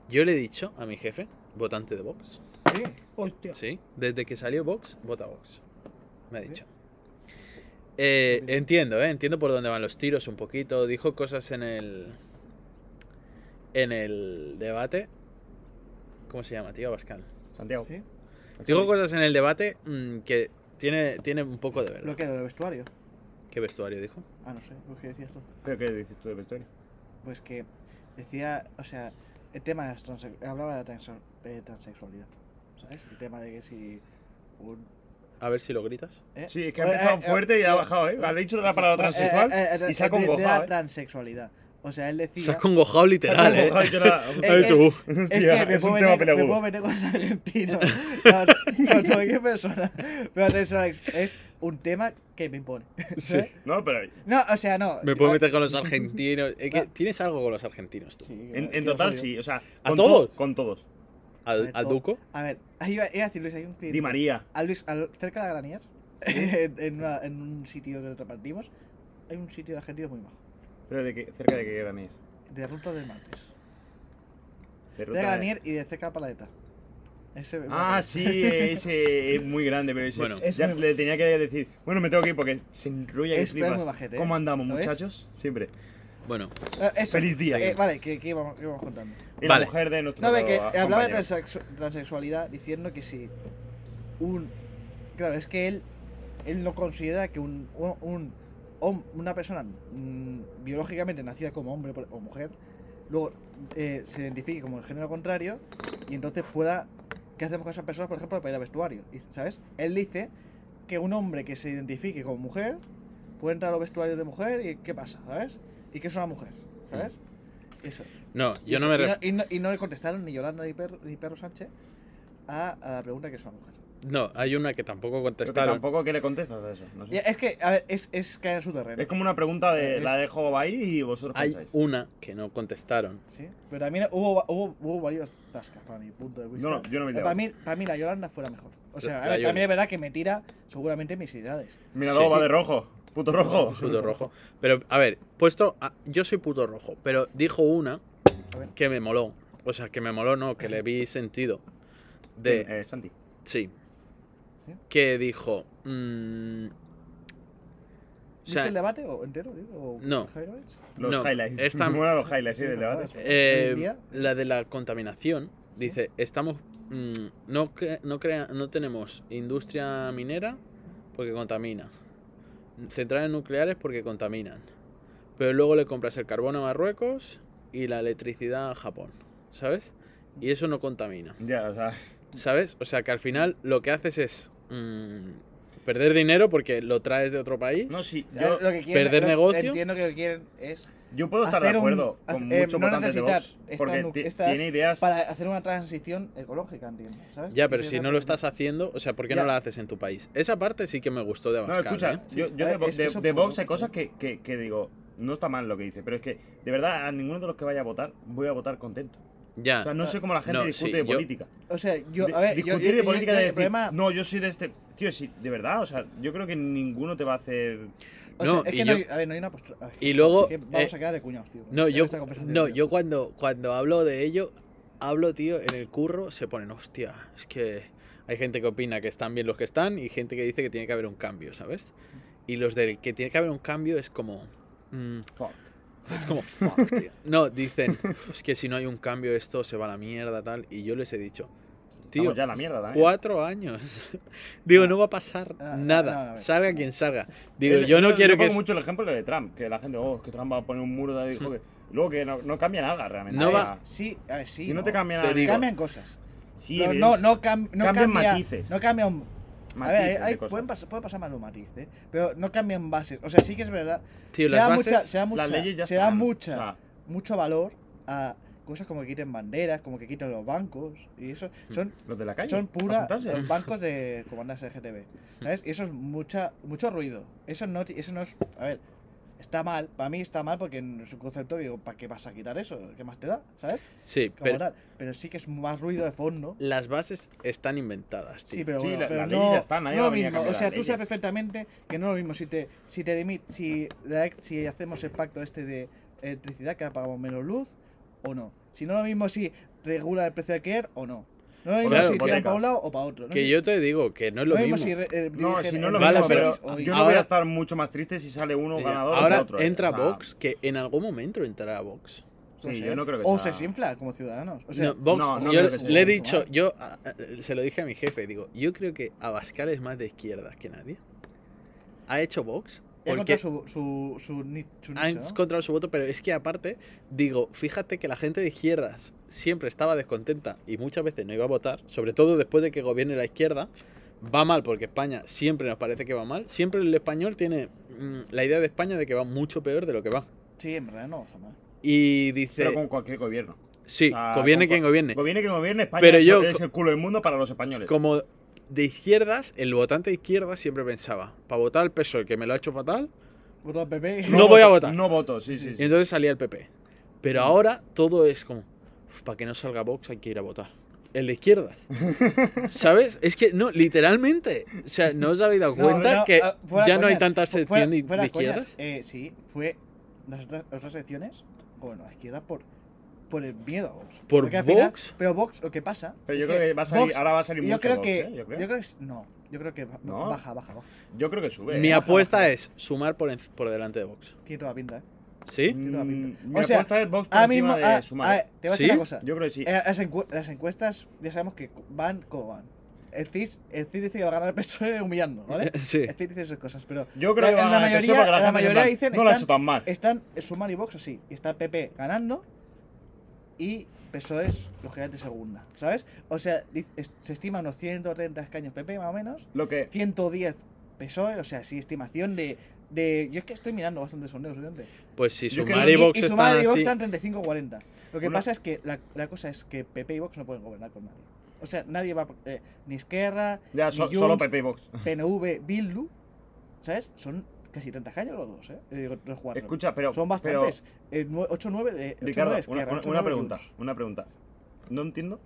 [SPEAKER 1] Yo le he dicho a mi jefe, votante de Vox,
[SPEAKER 2] Sí.
[SPEAKER 3] Hostia.
[SPEAKER 1] ¿sí? Desde que salió Vox, vota Vox. Me ha
[SPEAKER 2] Sí.
[SPEAKER 1] dicho. Eh, entiendo, ¿eh? Entiendo por dónde van los tiros un poquito. Dijo cosas en el... En el debate... ¿Cómo se llama, tío? Pascal.
[SPEAKER 3] Santiago.
[SPEAKER 2] Sí.
[SPEAKER 1] Dijo cosas en el debate mm, que tiene, tiene un poco de verdad.
[SPEAKER 2] Bloqueo del vestuario.
[SPEAKER 1] ¿Qué vestuario dijo?
[SPEAKER 2] Ah, no sé, lo que decías tú.
[SPEAKER 3] ¿Pero qué dices tú de vestuario?
[SPEAKER 2] Pues que decía, o sea, el tema de las transe- hablaba de la transe- de transexualidad, ¿sabes? El tema de que si un...
[SPEAKER 1] A ver si lo gritas.
[SPEAKER 2] ¿eh?
[SPEAKER 3] Sí, es que ha
[SPEAKER 2] Eh,
[SPEAKER 3] empezado
[SPEAKER 2] eh,
[SPEAKER 3] fuerte y
[SPEAKER 2] eh,
[SPEAKER 3] ha bajado, ¿eh? Ha dicho la palabra
[SPEAKER 2] eh,
[SPEAKER 3] transexual.
[SPEAKER 2] eh, eh,
[SPEAKER 3] y se ha
[SPEAKER 2] de- de
[SPEAKER 3] congojado,
[SPEAKER 2] la
[SPEAKER 3] ¿eh?
[SPEAKER 2] transexualidad. O sea, él
[SPEAKER 1] Se
[SPEAKER 2] decía...
[SPEAKER 1] ha congojado literal,
[SPEAKER 3] Ha
[SPEAKER 1] ¿eh?
[SPEAKER 3] congojado y yo la-
[SPEAKER 2] Ha dicho,
[SPEAKER 3] Hostia,
[SPEAKER 1] "Uf".
[SPEAKER 2] eh, Es que me
[SPEAKER 3] es un
[SPEAKER 2] puedo,
[SPEAKER 3] tema
[SPEAKER 2] meter, me puedo
[SPEAKER 3] peleagudo.
[SPEAKER 2] meter con los argentinos, con, con cualquier persona, pero transexual es un tema que me impone.
[SPEAKER 1] Sí.
[SPEAKER 2] ¿Eh?
[SPEAKER 3] No, pero
[SPEAKER 2] No, o sea, no.
[SPEAKER 1] Me puedo
[SPEAKER 2] no,
[SPEAKER 1] meter con los argentinos. Es que
[SPEAKER 2] Ah.
[SPEAKER 1] tienes algo con los argentinos, tú.
[SPEAKER 2] sí,
[SPEAKER 3] en, en
[SPEAKER 2] tío,
[SPEAKER 3] total
[SPEAKER 2] jodido.
[SPEAKER 3] sí. O sea,
[SPEAKER 1] ¿A
[SPEAKER 3] con
[SPEAKER 1] todos?
[SPEAKER 3] to- Con todos.
[SPEAKER 1] Al,
[SPEAKER 2] ver, oh.
[SPEAKER 1] al
[SPEAKER 2] o-
[SPEAKER 1] Duco.
[SPEAKER 2] A ver, ahí iba, iba a decir Luis, hay un cliente.
[SPEAKER 3] Di María.
[SPEAKER 2] a Luis, al- cerca de la Granier, en, en una- en un sitio que repartimos, hay un sitio de argentinos muy bajo.
[SPEAKER 3] Pero de que, cerca de que quedan ir.
[SPEAKER 2] De ruta del martes.
[SPEAKER 3] De
[SPEAKER 2] De
[SPEAKER 3] ruta-
[SPEAKER 2] Granier y de cerca Paladeta. Ese
[SPEAKER 3] Ah, sí, ese es muy grande, pero ese.
[SPEAKER 1] Bueno.
[SPEAKER 2] Es
[SPEAKER 3] ya
[SPEAKER 2] muy-
[SPEAKER 3] le tenía que decir, bueno, me tengo que ir porque se enrolla que
[SPEAKER 2] Es
[SPEAKER 3] flipas.
[SPEAKER 2] muy bajete, ¿eh?
[SPEAKER 3] ¿Cómo andamos,
[SPEAKER 2] ¿Lo ves?
[SPEAKER 3] muchachos? Siempre.
[SPEAKER 1] Bueno,
[SPEAKER 2] Eh, eso.
[SPEAKER 3] Feliz día.
[SPEAKER 2] Eh, vale, que, que íbamos, que íbamos contando.
[SPEAKER 3] Y la
[SPEAKER 1] Vale.
[SPEAKER 3] mujer de nuestro
[SPEAKER 2] No, ve que
[SPEAKER 3] compañero.
[SPEAKER 2] hablaba de transexu- transexualidad diciendo que si un. Claro, es que él. Él no considera que un. un- un hom- una persona mm, biológicamente nacida como hombre por- o mujer, luego eh, se identifique como el género contrario y entonces pueda. ¿Qué hacemos con esas personas, por ejemplo, para ir al vestuario? Y, ¿Sabes? Él dice que un hombre que se identifique como mujer puede entrar a los vestuarios de mujer y ¿qué pasa? ¿Sabes? Y que es una mujer, ¿sabes? Eso.
[SPEAKER 1] no,
[SPEAKER 2] Y
[SPEAKER 1] yo
[SPEAKER 2] eso-
[SPEAKER 1] no me.
[SPEAKER 2] y
[SPEAKER 1] ref-
[SPEAKER 2] y no- y no le contestaron ni Yolanda ni Perro, ni Perro Sánchez a, a la pregunta que es una mujer.
[SPEAKER 1] No, hay una que tampoco
[SPEAKER 3] Pero que
[SPEAKER 1] contestaron.
[SPEAKER 3] tampoco que le contestas a eso. no sé.
[SPEAKER 2] Ya, Es que, a ver, es, es caer en su terreno.
[SPEAKER 3] Es como una pregunta de
[SPEAKER 2] Es-
[SPEAKER 3] la dejo ahí y vosotros
[SPEAKER 1] Hay
[SPEAKER 3] pensáis.
[SPEAKER 1] una que no contestaron.
[SPEAKER 2] Sí, pero también hubo, hubo, hubo varios tascas para mi punto de vista.
[SPEAKER 3] No, no, yo no me he
[SPEAKER 2] para,
[SPEAKER 3] liado.
[SPEAKER 2] mí, para mí la Yolanda fuera mejor. O sea, a
[SPEAKER 1] La
[SPEAKER 2] ver,
[SPEAKER 1] Yoli.
[SPEAKER 2] también es verdad que me tira seguramente mis ideales.
[SPEAKER 3] Mira,
[SPEAKER 1] uh, Sí,
[SPEAKER 3] luego va
[SPEAKER 1] sí.
[SPEAKER 3] de rojo. Puto rojo.
[SPEAKER 2] Sí,
[SPEAKER 1] Puto rojo. Pero, a ver, puesto. a- yo soy puto rojo, pero dijo una
[SPEAKER 2] A ver.
[SPEAKER 1] que me moló. O sea, que me moló, no, que le vi sentido. De.
[SPEAKER 3] Eh, Santi.
[SPEAKER 1] Sí.
[SPEAKER 2] ¿Sí?
[SPEAKER 1] Que dijo. mm, o
[SPEAKER 2] ¿Viste
[SPEAKER 1] sea,
[SPEAKER 2] el debate o entero? digo, o
[SPEAKER 1] no.
[SPEAKER 2] los highlights?
[SPEAKER 3] Los
[SPEAKER 1] No,
[SPEAKER 3] highlights.
[SPEAKER 1] esta-
[SPEAKER 3] Me molan los highlights sí,
[SPEAKER 2] Sí,
[SPEAKER 3] del
[SPEAKER 2] me mola
[SPEAKER 3] debate.
[SPEAKER 2] eso.
[SPEAKER 1] eh,
[SPEAKER 2] Hoy en día,
[SPEAKER 1] la de la contaminación
[SPEAKER 2] Sí.
[SPEAKER 1] dice: estamos. mm, no, cre- no, crea- no tenemos industria minera porque contamina. Centrales nucleares porque contaminan. Pero luego le compras el carbón a Marruecos y la electricidad a Japón. ¿Sabes? Y eso no contamina.
[SPEAKER 3] Ya, o sea.
[SPEAKER 1] ¿Sabes? O sea que al final lo que haces es mm, perder dinero porque lo traes de otro país.
[SPEAKER 3] No, sí.
[SPEAKER 2] eh,
[SPEAKER 3] Yo,
[SPEAKER 2] lo que quieren-
[SPEAKER 1] perder
[SPEAKER 2] lo-
[SPEAKER 1] negocio.
[SPEAKER 2] Entiendo que lo que quieren es
[SPEAKER 3] yo puedo estar de
[SPEAKER 2] hacer un-
[SPEAKER 3] acuerdo
[SPEAKER 2] haz-
[SPEAKER 3] con
[SPEAKER 2] eh,
[SPEAKER 3] muchos
[SPEAKER 2] no
[SPEAKER 3] votantes de
[SPEAKER 2] necesitar
[SPEAKER 3] Vox.
[SPEAKER 2] esta
[SPEAKER 3] Porque
[SPEAKER 2] nu-
[SPEAKER 3] ti-
[SPEAKER 2] estas
[SPEAKER 3] tiene ideas.
[SPEAKER 2] para hacer una transición ecológica, entiendo. ¿sabes?
[SPEAKER 1] Ya,
[SPEAKER 2] Que
[SPEAKER 1] pero
[SPEAKER 2] sea
[SPEAKER 1] si
[SPEAKER 2] una
[SPEAKER 1] no lo
[SPEAKER 2] transición-
[SPEAKER 1] estás haciendo, o sea, ¿por qué no
[SPEAKER 2] Ya.
[SPEAKER 1] la haces en tu país? Esa parte sí que me gustó de
[SPEAKER 3] No,
[SPEAKER 1] Abascal,
[SPEAKER 3] escucha,
[SPEAKER 1] ¿eh?
[SPEAKER 3] yo, yo
[SPEAKER 2] Eh,
[SPEAKER 3] de, Vo-
[SPEAKER 2] es-
[SPEAKER 3] de-
[SPEAKER 2] eso
[SPEAKER 3] de
[SPEAKER 2] puedo,
[SPEAKER 3] Vox hay
[SPEAKER 2] sí.
[SPEAKER 3] cosas que, que- que digo, no está mal lo que dice, pero es que, de verdad, a ninguno de los que vaya a votar, voy a votar contento.
[SPEAKER 1] Ya.
[SPEAKER 3] O
[SPEAKER 2] Ah,
[SPEAKER 3] sea, no sé cómo la gente
[SPEAKER 1] No,
[SPEAKER 3] discute
[SPEAKER 1] sí,
[SPEAKER 3] de
[SPEAKER 1] yo-
[SPEAKER 3] política.
[SPEAKER 2] O sea, yo,
[SPEAKER 3] De-
[SPEAKER 2] a ver, yo-
[SPEAKER 3] discutir
[SPEAKER 2] yo-
[SPEAKER 3] de
[SPEAKER 2] yo-
[SPEAKER 3] política
[SPEAKER 2] yo-
[SPEAKER 3] de
[SPEAKER 2] el
[SPEAKER 3] decir,
[SPEAKER 2] problema-
[SPEAKER 3] no, yo soy de este... Tío, sí, de verdad, o sea, yo creo que ninguno te va a hacer...
[SPEAKER 2] o
[SPEAKER 1] No,
[SPEAKER 2] sea, es
[SPEAKER 1] y
[SPEAKER 2] que no
[SPEAKER 1] yo-
[SPEAKER 2] hay, a ver, no hay una postura. a ver,
[SPEAKER 1] y luego,
[SPEAKER 2] es que vamos
[SPEAKER 1] eh,
[SPEAKER 2] a quedar de cuñados, tío. con
[SPEAKER 1] No,
[SPEAKER 2] esta-
[SPEAKER 1] yo,
[SPEAKER 2] esta conversación,
[SPEAKER 1] no,
[SPEAKER 2] tío.
[SPEAKER 1] yo cuando, cuando hablo de ello, hablo, tío, en el curro se ponen, hostia, es que hay gente que opina que están bien los que están y gente que dice que tiene que haber un cambio, ¿sabes? Y los del que tiene que haber un cambio es como... mm,
[SPEAKER 3] Fuck.
[SPEAKER 1] Es como fuck, tío. No, dicen, es que si no hay un cambio esto se va a la mierda, tal. Y yo les he dicho, tío,
[SPEAKER 3] Estamos ya a la mierda también.
[SPEAKER 1] cuatro años. Digo, no va a pasar
[SPEAKER 2] Ah,
[SPEAKER 1] nada.
[SPEAKER 2] no, no, a ver.
[SPEAKER 1] salga quien salga. Digo,
[SPEAKER 3] Eh,
[SPEAKER 1] yo no quiero que.
[SPEAKER 3] pongo
[SPEAKER 1] es-
[SPEAKER 3] mucho el ejemplo de Trump, que la gente, oh, es que Trump va a poner un muro de... Dijo que... Luego que no, no cambia nada realmente.
[SPEAKER 1] No
[SPEAKER 3] o
[SPEAKER 1] va-
[SPEAKER 3] sea,
[SPEAKER 2] Sí, a ver, sí.
[SPEAKER 3] Si no te cambia nada...
[SPEAKER 1] digo.
[SPEAKER 2] Cambian cosas.
[SPEAKER 3] Sí,
[SPEAKER 2] no,
[SPEAKER 3] evidente-
[SPEAKER 2] no, no, cam- no
[SPEAKER 3] Cambian
[SPEAKER 2] cambia.
[SPEAKER 3] matices.
[SPEAKER 2] No cambia un. a ver,
[SPEAKER 3] matices de
[SPEAKER 2] hay- hay-
[SPEAKER 3] cosas.
[SPEAKER 2] pueden pas- puede pasar más los matices, ¿eh? pero no cambian bases. O sea, sí que es verdad.
[SPEAKER 1] Tío,
[SPEAKER 2] se
[SPEAKER 1] las
[SPEAKER 2] da
[SPEAKER 1] bases-
[SPEAKER 2] mucha, se da mucha,
[SPEAKER 3] Las leyes ya
[SPEAKER 2] se da
[SPEAKER 3] están,
[SPEAKER 2] mucha,
[SPEAKER 3] o sea,
[SPEAKER 2] mucho valor a cosas como que quiten banderas, como que quiten los bancos y eso.
[SPEAKER 1] Mm.
[SPEAKER 2] Son
[SPEAKER 3] los de la calle.
[SPEAKER 2] son
[SPEAKER 3] para
[SPEAKER 2] puras
[SPEAKER 3] sentarse.
[SPEAKER 2] los bancos de comandas LGTB. ¿Sabes? Y eso es mucha, mucho ruido. Eso no, ti- eso no es. A ver, está mal. Para mí está mal porque en su concepto digo, ¿para qué vas a quitar eso? ¿Qué más te da? ¿Sabes?
[SPEAKER 1] Sí,
[SPEAKER 2] Como
[SPEAKER 1] pero
[SPEAKER 2] tal. Pero sí que es más ruido de fondo.
[SPEAKER 1] las bases están inventadas, tío.
[SPEAKER 2] Sí, pero,
[SPEAKER 3] Sí,
[SPEAKER 2] bueno,
[SPEAKER 3] la-
[SPEAKER 2] pero
[SPEAKER 3] la ley
[SPEAKER 2] no,
[SPEAKER 3] ya está, nadie
[SPEAKER 2] no
[SPEAKER 3] va a
[SPEAKER 2] lo
[SPEAKER 3] venir a
[SPEAKER 2] mismo. O
[SPEAKER 3] cambiar
[SPEAKER 2] sea,
[SPEAKER 3] las
[SPEAKER 2] tú sabes
[SPEAKER 3] leyes.
[SPEAKER 2] perfectamente que no es lo mismo si te, si te demit, si, la- si hacemos el pacto este de electricidad que apagamos menos luz o no. Si no es lo mismo si regula el precio de Kier o no. No es lo mismo
[SPEAKER 1] Claro,
[SPEAKER 2] si tiran
[SPEAKER 3] hipotecas.
[SPEAKER 2] para un lado o para otro. No
[SPEAKER 1] que
[SPEAKER 2] sé-
[SPEAKER 1] yo te digo que no es lo
[SPEAKER 2] no
[SPEAKER 1] mismo.
[SPEAKER 2] es mismo si re- eh,
[SPEAKER 3] No,
[SPEAKER 2] dirigen
[SPEAKER 3] si no
[SPEAKER 2] el
[SPEAKER 3] lo
[SPEAKER 1] Vale,
[SPEAKER 3] mismo,
[SPEAKER 2] Barça
[SPEAKER 3] pero
[SPEAKER 2] Betis hoy.
[SPEAKER 3] yo no
[SPEAKER 1] Ahora-
[SPEAKER 3] voy a estar mucho más triste si sale uno
[SPEAKER 1] Eh,
[SPEAKER 3] ganador o
[SPEAKER 1] Ahora
[SPEAKER 3] sale otro. ¿eh?
[SPEAKER 1] entra
[SPEAKER 3] O sea,
[SPEAKER 1] Vox, que en algún momento entrará Vox.
[SPEAKER 3] Sí,
[SPEAKER 2] pues, No sé.
[SPEAKER 3] yo no creo que
[SPEAKER 2] O
[SPEAKER 3] sea-
[SPEAKER 2] se infla como ciudadanos. O sea,
[SPEAKER 1] No, Vox,
[SPEAKER 3] no, no
[SPEAKER 1] yo
[SPEAKER 3] creo que sea
[SPEAKER 1] le he
[SPEAKER 2] Vox,
[SPEAKER 3] ¿eh?
[SPEAKER 1] dicho,
[SPEAKER 2] ¿vale?
[SPEAKER 1] yo ah, ah, se lo dije a mi jefe, digo, yo creo que Abascal es más de izquierda que nadie. Ha hecho Vox
[SPEAKER 2] he
[SPEAKER 1] porque
[SPEAKER 2] encontrado su, su, su, ni- su
[SPEAKER 1] ha
[SPEAKER 2] nicho, ¿no?
[SPEAKER 1] encontrado su voto, pero es que aparte, digo, fíjate que la gente de izquierdas siempre estaba descontenta y muchas veces no iba a votar, sobre todo después de que gobierne la izquierda. Va mal porque España siempre nos parece que va mal. Siempre el español tiene mm, la idea de España de que va mucho peor de lo que va.
[SPEAKER 2] Sí, en verdad no, está mal.
[SPEAKER 1] Y dice,
[SPEAKER 3] Pero con cualquier gobierno.
[SPEAKER 1] sí,
[SPEAKER 3] O sea,
[SPEAKER 1] gobierne
[SPEAKER 3] con-
[SPEAKER 1] quien gobierne.
[SPEAKER 3] Gobierne quien gobierne, España
[SPEAKER 1] Pero
[SPEAKER 3] es,
[SPEAKER 1] yo-
[SPEAKER 3] es el culo del mundo para los españoles.
[SPEAKER 1] Como de izquierdas, el votante de izquierda siempre pensaba, para votar al PSOE, E, que me lo ha hecho fatal,
[SPEAKER 2] Voto al PP.
[SPEAKER 1] No voy a
[SPEAKER 3] voto,
[SPEAKER 1] votar.
[SPEAKER 3] No voto, sí, sí.
[SPEAKER 1] y
[SPEAKER 3] sí.
[SPEAKER 1] entonces salía el PP. Pero ahora todo es como, para que no salga Vox hay que ir a votar. El de izquierdas. ¿Sabes? Es que no, literalmente. O sea, ¿no os habéis dado
[SPEAKER 2] No,
[SPEAKER 1] cuenta
[SPEAKER 2] no,
[SPEAKER 1] que
[SPEAKER 2] ah, fuera
[SPEAKER 1] ya no hay
[SPEAKER 2] coñas,
[SPEAKER 1] tanta
[SPEAKER 2] fu-
[SPEAKER 1] sección de,
[SPEAKER 2] fuera
[SPEAKER 1] de
[SPEAKER 2] coñas,
[SPEAKER 1] izquierdas?
[SPEAKER 2] eh, sí, fue las otras, otras secciones, bueno, la izquierda por, por el miedo a Vox.
[SPEAKER 1] ¿Por
[SPEAKER 2] Porque al final-
[SPEAKER 1] Vox?
[SPEAKER 2] pero Vox, lo que pasa.
[SPEAKER 3] Pero yo
[SPEAKER 2] es
[SPEAKER 3] creo que va a salir-
[SPEAKER 2] Vox-
[SPEAKER 3] ahora va a salir
[SPEAKER 2] yo
[SPEAKER 3] mucho
[SPEAKER 2] creo
[SPEAKER 3] Vox,
[SPEAKER 2] que,
[SPEAKER 3] ¿eh? Yo creo.
[SPEAKER 2] que. es- No, yo creo que ba-
[SPEAKER 3] ¿No?
[SPEAKER 2] baja, baja, baja.
[SPEAKER 3] Yo creo que sube.
[SPEAKER 1] Mi
[SPEAKER 3] ¿eh?
[SPEAKER 2] ap-
[SPEAKER 1] apuesta
[SPEAKER 2] baja.
[SPEAKER 1] es sumar por, en- por delante de Vox.
[SPEAKER 2] Tiene toda pinta, ¿eh?
[SPEAKER 1] ¿Sí?
[SPEAKER 3] Mm,
[SPEAKER 2] no, pinta.
[SPEAKER 3] mi
[SPEAKER 2] O sea,
[SPEAKER 3] apuesta es Vox por
[SPEAKER 2] Ahora
[SPEAKER 3] encima
[SPEAKER 2] mismo.
[SPEAKER 3] de
[SPEAKER 2] ah,
[SPEAKER 3] Sumar.
[SPEAKER 2] a ver, te voy a decir
[SPEAKER 1] ¿Sí?
[SPEAKER 2] una cosa.
[SPEAKER 3] Yo creo que sí.
[SPEAKER 2] Eh, las, encu- las encuestas ya sabemos que van como van. El CIS, el CIS dice que va a ganar el PSOE humillando, ¿vale? Eh,
[SPEAKER 1] Sí.
[SPEAKER 2] El CIS dice sus cosas, pero
[SPEAKER 3] Yo creo que
[SPEAKER 2] la,
[SPEAKER 3] va
[SPEAKER 2] la
[SPEAKER 3] a empezar porque
[SPEAKER 2] mayoría, la
[SPEAKER 3] gente
[SPEAKER 2] mayoría
[SPEAKER 3] en plan,
[SPEAKER 2] dicen
[SPEAKER 3] No lo ha hecho
[SPEAKER 2] están,
[SPEAKER 3] tan mal.
[SPEAKER 2] están Sumar y Vox así, y está PP ganando y PSOE es lógicamente segunda, ¿sabes? O sea, di- es- se estima unos 130 escaños PP más o menos,
[SPEAKER 3] Lo que.
[SPEAKER 2] 110 PSOE, o sea, sí, estimación de... de yo es que estoy mirando bastante sondeos, últimamente.
[SPEAKER 1] Pues si
[SPEAKER 3] Yo creo-
[SPEAKER 1] sumar y, Vox
[SPEAKER 2] y
[SPEAKER 1] están
[SPEAKER 2] Sumar y Vox
[SPEAKER 1] así...
[SPEAKER 2] están 35-40. Lo que
[SPEAKER 3] Una-
[SPEAKER 2] pasa es que la, la cosa es que PP y Vox no pueden gobernar con nadie. O sea, nadie va. eh, ni Esquerra,
[SPEAKER 3] Ya,
[SPEAKER 2] ni
[SPEAKER 3] so-
[SPEAKER 2] Junts,
[SPEAKER 3] solo PP Vox.
[SPEAKER 2] PNV, Bildu. ¿Sabes? Son casi 30 callos los dos, ¿eh? Eh, digo, los cuatro.
[SPEAKER 3] Escucha, pero.
[SPEAKER 2] Son
[SPEAKER 3] pero,
[SPEAKER 2] bastantes. Eh, nue- 8-9 de. 8-9
[SPEAKER 3] Ricardo,
[SPEAKER 2] de
[SPEAKER 3] una,
[SPEAKER 2] Esquerra,
[SPEAKER 3] una-
[SPEAKER 2] 8-9
[SPEAKER 3] una
[SPEAKER 2] de
[SPEAKER 3] pregunta,
[SPEAKER 2] Junts.
[SPEAKER 3] una pregunta. No entiendo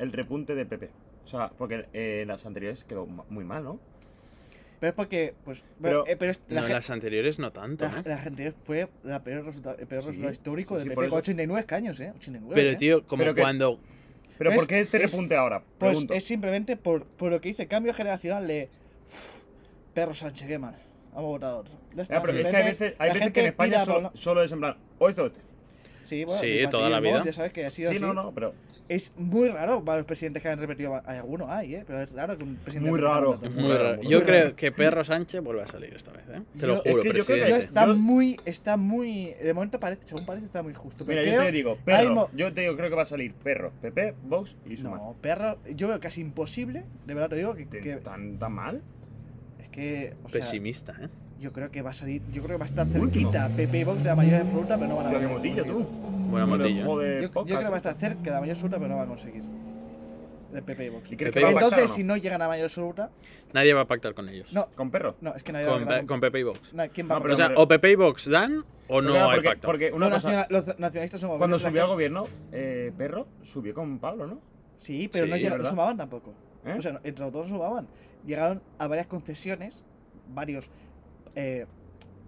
[SPEAKER 3] el repunte de PP. O sea, porque eh, las anteriores quedó ma- muy mal, ¿no?
[SPEAKER 2] Pero es porque. Pues,
[SPEAKER 3] Pero-
[SPEAKER 2] bueno, eh, pero es- la,
[SPEAKER 1] No,
[SPEAKER 2] gen-
[SPEAKER 1] las anteriores no tanto, ¿eh?
[SPEAKER 2] la-
[SPEAKER 1] ¿no?
[SPEAKER 2] la gente fue la peor resulta- el peor
[SPEAKER 3] Sí,
[SPEAKER 2] resultado histórico
[SPEAKER 3] sí,
[SPEAKER 2] de
[SPEAKER 3] sí,
[SPEAKER 2] PP
[SPEAKER 3] por
[SPEAKER 2] con
[SPEAKER 3] eso.
[SPEAKER 2] 89 escaños, ¿eh? 89.
[SPEAKER 1] Pero,
[SPEAKER 2] ¿eh?
[SPEAKER 1] tío, como
[SPEAKER 3] Pero que-
[SPEAKER 1] cuando.
[SPEAKER 3] Pero
[SPEAKER 2] Es-
[SPEAKER 3] ¿por qué este
[SPEAKER 2] es-
[SPEAKER 3] repunte ahora?
[SPEAKER 2] Pues
[SPEAKER 3] Pregunto.
[SPEAKER 2] es simplemente por, por lo que dice cambio generacional de "Uf, perro Sánchez qué mal, Vamos a votar a otro. Ya está,
[SPEAKER 3] Ya, pero es que hay
[SPEAKER 2] simplemente
[SPEAKER 3] veces, hay
[SPEAKER 2] la
[SPEAKER 3] veces que en
[SPEAKER 2] gente
[SPEAKER 3] España
[SPEAKER 2] tira por
[SPEAKER 3] solo, solo es en plan, o este o este.
[SPEAKER 2] la- Sí, bueno,
[SPEAKER 1] Sí,
[SPEAKER 2] ni
[SPEAKER 1] toda la
[SPEAKER 2] Patilla
[SPEAKER 1] vida.
[SPEAKER 2] Mont, Ya sabes que ha sido
[SPEAKER 3] Sí,
[SPEAKER 2] así.
[SPEAKER 3] no, no, pero
[SPEAKER 2] Es muy raro para los presidentes que han repetido. Hay algunos, hay, ¿eh? Pero es raro que un presidente.
[SPEAKER 3] Muy
[SPEAKER 2] repita
[SPEAKER 3] raro.
[SPEAKER 2] mandato.
[SPEAKER 1] Es
[SPEAKER 3] Muy
[SPEAKER 1] muy
[SPEAKER 3] raro,
[SPEAKER 1] raro.
[SPEAKER 3] muy
[SPEAKER 1] Yo
[SPEAKER 2] raro.
[SPEAKER 1] creo que Perro Sánchez vuelve a salir esta vez, ¿eh? Te lo
[SPEAKER 2] Yo-
[SPEAKER 1] juro,
[SPEAKER 3] es que yo creo que-
[SPEAKER 1] presidente.
[SPEAKER 2] Yo
[SPEAKER 3] Fíjate,
[SPEAKER 2] está
[SPEAKER 3] yo-
[SPEAKER 2] muy, está muy. De momento parece, según parece, está muy justo. Pero
[SPEAKER 3] mira, yo
[SPEAKER 2] creo-
[SPEAKER 3] te digo,
[SPEAKER 2] hay
[SPEAKER 3] perro.
[SPEAKER 2] mo-
[SPEAKER 3] Yo te digo, creo que va a salir perro, PP, Vox y Suma.
[SPEAKER 2] No, perro, yo veo casi imposible, de verdad te digo, que,
[SPEAKER 3] Te-
[SPEAKER 2] que-
[SPEAKER 3] ¿Tan, tan mal?
[SPEAKER 2] es que. O sea,
[SPEAKER 1] Pesimista, ¿eh?
[SPEAKER 2] yo creo que va a salir, yo creo que va a estar
[SPEAKER 3] Último.
[SPEAKER 2] cerquita PP y Vox de la mayoría absoluta, pero no van a
[SPEAKER 3] Tío, qué
[SPEAKER 2] ganar.
[SPEAKER 3] motilla, tú.
[SPEAKER 1] Buena
[SPEAKER 3] Me lo
[SPEAKER 1] motilla.
[SPEAKER 3] jode
[SPEAKER 2] Yo, yo creo
[SPEAKER 3] Eh, pocas.
[SPEAKER 2] que va a estar cerca de la mayoría absoluta, pero no va a conseguir. De PP y Vox.
[SPEAKER 3] ¿Y crees
[SPEAKER 1] PP
[SPEAKER 3] que va a
[SPEAKER 1] y Vox.
[SPEAKER 3] pactar
[SPEAKER 2] Entonces,
[SPEAKER 3] o no?
[SPEAKER 2] si no llegan a mayoría absoluta,
[SPEAKER 1] Nadie va a pactar con ellos.
[SPEAKER 2] no,
[SPEAKER 3] ¿Con perro?
[SPEAKER 2] no, es que nadie va a
[SPEAKER 1] Con,
[SPEAKER 2] ganar.
[SPEAKER 1] Pe- con Pepe y Vox.
[SPEAKER 2] No, ¿Quién va
[SPEAKER 3] No,
[SPEAKER 2] a
[SPEAKER 3] pero-
[SPEAKER 1] O
[SPEAKER 2] ganar?
[SPEAKER 1] sea, o Pepe y Vox dan o no hay
[SPEAKER 3] Porque, claro, Pues porque,
[SPEAKER 1] pacto.
[SPEAKER 3] Porque una
[SPEAKER 2] Los
[SPEAKER 3] cosa,
[SPEAKER 2] nacional- los nacionalistas somos
[SPEAKER 3] cuando
[SPEAKER 2] verdes, la
[SPEAKER 3] subió al
[SPEAKER 2] gente-
[SPEAKER 3] gobierno, eh, perro subió con Pablo, ¿no?
[SPEAKER 2] Sí, pero no,
[SPEAKER 1] Sí,
[SPEAKER 2] llegaron, no
[SPEAKER 3] ¿verdad?
[SPEAKER 2] sumaban tampoco.
[SPEAKER 3] ¿Eh?
[SPEAKER 2] O sea, no- entre los dos no sumaban. Llegaron a varias concesiones, varios. Eh,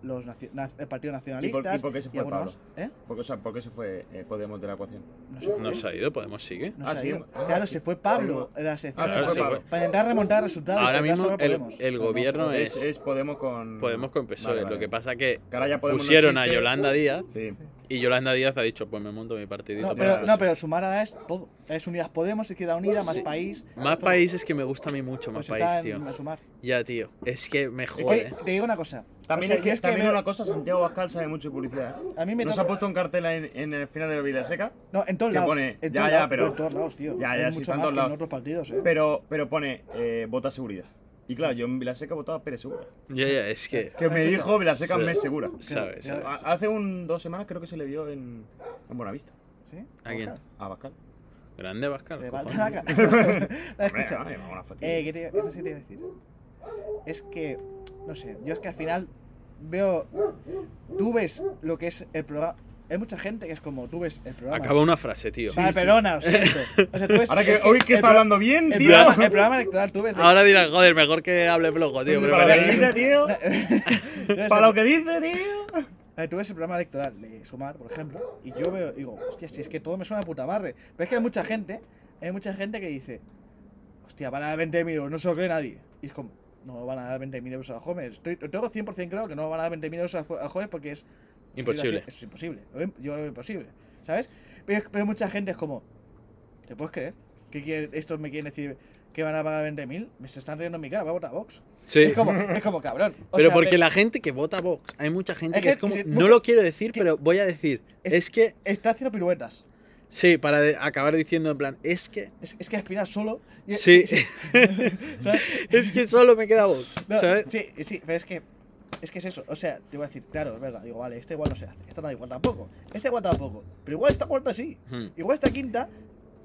[SPEAKER 2] los nacio- na- el Partido
[SPEAKER 3] ¿Y por,
[SPEAKER 2] Nacionalista.
[SPEAKER 3] y por qué se fue
[SPEAKER 2] alguno
[SPEAKER 3] Pablo?
[SPEAKER 2] más. ¿Eh?
[SPEAKER 3] Porque, o sea, ¿por qué se fue eh, Podemos de la ecuación?
[SPEAKER 2] No se fue.
[SPEAKER 1] No se ha ido, Podemos sigue.
[SPEAKER 2] no
[SPEAKER 3] Ah,
[SPEAKER 2] se ha
[SPEAKER 3] sí.
[SPEAKER 2] ido.
[SPEAKER 3] Ah,
[SPEAKER 2] Claro,
[SPEAKER 3] sí.
[SPEAKER 2] se fue Pablo en las
[SPEAKER 3] Ah, se
[SPEAKER 1] Ahora
[SPEAKER 2] elecciones.
[SPEAKER 3] fue
[SPEAKER 1] sí,
[SPEAKER 3] Pablo.
[SPEAKER 1] pues.
[SPEAKER 2] Para intentar remontar resultados.
[SPEAKER 1] Ahora
[SPEAKER 2] pero ya
[SPEAKER 1] mismo
[SPEAKER 2] solo
[SPEAKER 1] el,
[SPEAKER 2] Podemos.
[SPEAKER 1] el
[SPEAKER 2] No, no,
[SPEAKER 1] gobierno
[SPEAKER 2] solo
[SPEAKER 1] es,
[SPEAKER 3] Es, es Podemos con...
[SPEAKER 1] Podemos con PSOE.
[SPEAKER 3] Vale, vale.
[SPEAKER 1] E. Lo que pasa que
[SPEAKER 3] Que ahora ya Podemos no
[SPEAKER 1] pusieron a
[SPEAKER 3] existe.
[SPEAKER 1] Yolanda Díaz
[SPEAKER 3] Sí.
[SPEAKER 1] y Yolanda Díaz ha dicho, pues me monto mi partidito. para
[SPEAKER 2] No, pero,
[SPEAKER 1] la
[SPEAKER 2] no,
[SPEAKER 1] próxima.
[SPEAKER 2] pero sumar ahora es todo. Es Unidas Podemos, Izquierda Unida, Más
[SPEAKER 1] Sí.
[SPEAKER 2] País.
[SPEAKER 1] Más países que me gusta a mí mucho, más
[SPEAKER 2] Pues está
[SPEAKER 1] país,
[SPEAKER 2] en
[SPEAKER 1] tío.
[SPEAKER 2] a sumar.
[SPEAKER 1] Ya, tío. Es que me
[SPEAKER 2] Oye,
[SPEAKER 1] jode.
[SPEAKER 2] te digo una cosa.
[SPEAKER 3] También,
[SPEAKER 2] O sea,
[SPEAKER 3] es que-
[SPEAKER 2] yo es que
[SPEAKER 3] también
[SPEAKER 2] veo-
[SPEAKER 3] una cosa, Santiago Bascal sabe mucho de publicidad. ¿eh?
[SPEAKER 2] A mí me
[SPEAKER 3] Nos ha
[SPEAKER 2] toca-
[SPEAKER 3] puesto un cartel en, en el final de la Biblia Seca,
[SPEAKER 2] No, en todos
[SPEAKER 3] que
[SPEAKER 2] lados.
[SPEAKER 3] pone-
[SPEAKER 2] en
[SPEAKER 3] ya,
[SPEAKER 2] todos
[SPEAKER 3] ya,
[SPEAKER 2] lados,
[SPEAKER 3] pero-
[SPEAKER 2] en todos lados, tío.
[SPEAKER 3] Ya,
[SPEAKER 2] Hay
[SPEAKER 3] ya, sí,
[SPEAKER 2] mucho
[SPEAKER 3] está en
[SPEAKER 2] más
[SPEAKER 3] todos
[SPEAKER 2] que en
[SPEAKER 3] lados.
[SPEAKER 2] otros partidos, eh.
[SPEAKER 3] pero, pero pone, eh, vota seguridad. Y claro, yo en Vilaseca votaba Pérez Segura.
[SPEAKER 1] Ya, ya, es que.
[SPEAKER 3] Que me
[SPEAKER 2] Escucha.
[SPEAKER 3] dijo Vilaseca
[SPEAKER 1] Sí.
[SPEAKER 3] un mes segura.
[SPEAKER 1] ¿Sabes?
[SPEAKER 2] Ya,
[SPEAKER 1] ¿sabes?
[SPEAKER 3] A- Hace un, dos semanas creo que se le vio en, en Buenavista,
[SPEAKER 2] ¿Sí?
[SPEAKER 1] ¿A quién?
[SPEAKER 2] Ojalá.
[SPEAKER 3] a Bascal.
[SPEAKER 1] Grande Vascal.
[SPEAKER 2] Le
[SPEAKER 1] cojones.
[SPEAKER 2] falta la cara. No,
[SPEAKER 3] Hombre, ah.
[SPEAKER 2] Escucha.
[SPEAKER 3] vale, vamos a una fatiga.
[SPEAKER 2] Eh, ¿qué te, no sé qué te iba a decir. Es que, no sé, yo es que al final veo. Tú ves lo que es el programa. Hay mucha gente que es como, tú ves el programa.
[SPEAKER 1] Acaba una frase, tío.
[SPEAKER 2] Vale, perdona, lo siento. O sea, tú ves.
[SPEAKER 3] Ahora que,
[SPEAKER 2] es
[SPEAKER 3] hoy que
[SPEAKER 2] el pro-
[SPEAKER 3] está hablando bien,
[SPEAKER 2] El
[SPEAKER 3] tío.
[SPEAKER 2] programa, el programa electoral, tú ves.
[SPEAKER 1] Ahora dirás, joder, mejor que hable flojo, tío. pero
[SPEAKER 3] para
[SPEAKER 1] verdad.
[SPEAKER 3] la vida, tío.
[SPEAKER 2] Tú ves
[SPEAKER 3] Para
[SPEAKER 2] el-
[SPEAKER 3] lo que dice, tío.
[SPEAKER 2] A ver, tú ves el programa electoral de Sumar, por ejemplo, y yo veo, digo, hostia, si es que todo me suena a puta madre. Pero es que hay mucha gente, hay mucha gente que dice, hostia, van a dar 20.000 euros, no se lo cree nadie. Y es como, no van a dar 20.000 euros a los jóvenes. Estoy, lo tengo 100% claro que no van a dar 20.000 euros a los jo- a los jóvenes porque es.
[SPEAKER 1] Imposible.
[SPEAKER 2] Es imposible. Lo veo- Yo lo veo imposible, ¿sabes? Pero, pero mucha gente es como, ¿te puedes creer? ¿Que quiere- estos me quieren decir que van a pagar 20.000? Me se están riendo en mi cara, voy a votar a Vox.
[SPEAKER 1] Sí.
[SPEAKER 2] Es, como, es como cabrón. O
[SPEAKER 1] Pero
[SPEAKER 2] sea,
[SPEAKER 1] porque
[SPEAKER 2] ve-
[SPEAKER 1] la gente que vota Vox, hay mucha gente
[SPEAKER 2] Hay
[SPEAKER 1] que es
[SPEAKER 2] gente
[SPEAKER 1] como,
[SPEAKER 2] que se-
[SPEAKER 1] no lo quiero decir,
[SPEAKER 2] que-
[SPEAKER 1] pero voy a decir,
[SPEAKER 2] es-
[SPEAKER 1] es que,
[SPEAKER 2] Está haciendo piruetas.
[SPEAKER 1] sí, para de- acabar diciendo en plan, es que,
[SPEAKER 2] Es, es que aspirar solo. y-
[SPEAKER 1] sí,
[SPEAKER 2] ¿sabes?
[SPEAKER 1] es que solo me queda Vox,
[SPEAKER 2] No,
[SPEAKER 1] ¿sabes?
[SPEAKER 2] sí, sí, pero es que. Es que es eso. O sea, te voy a decir, claro, es verdad. Digo, vale, este igual no se hace. Esta no igual tampoco. Este igual tampoco. Pero igual esta cuarta sí.
[SPEAKER 1] Hmm.
[SPEAKER 2] Igual esta quinta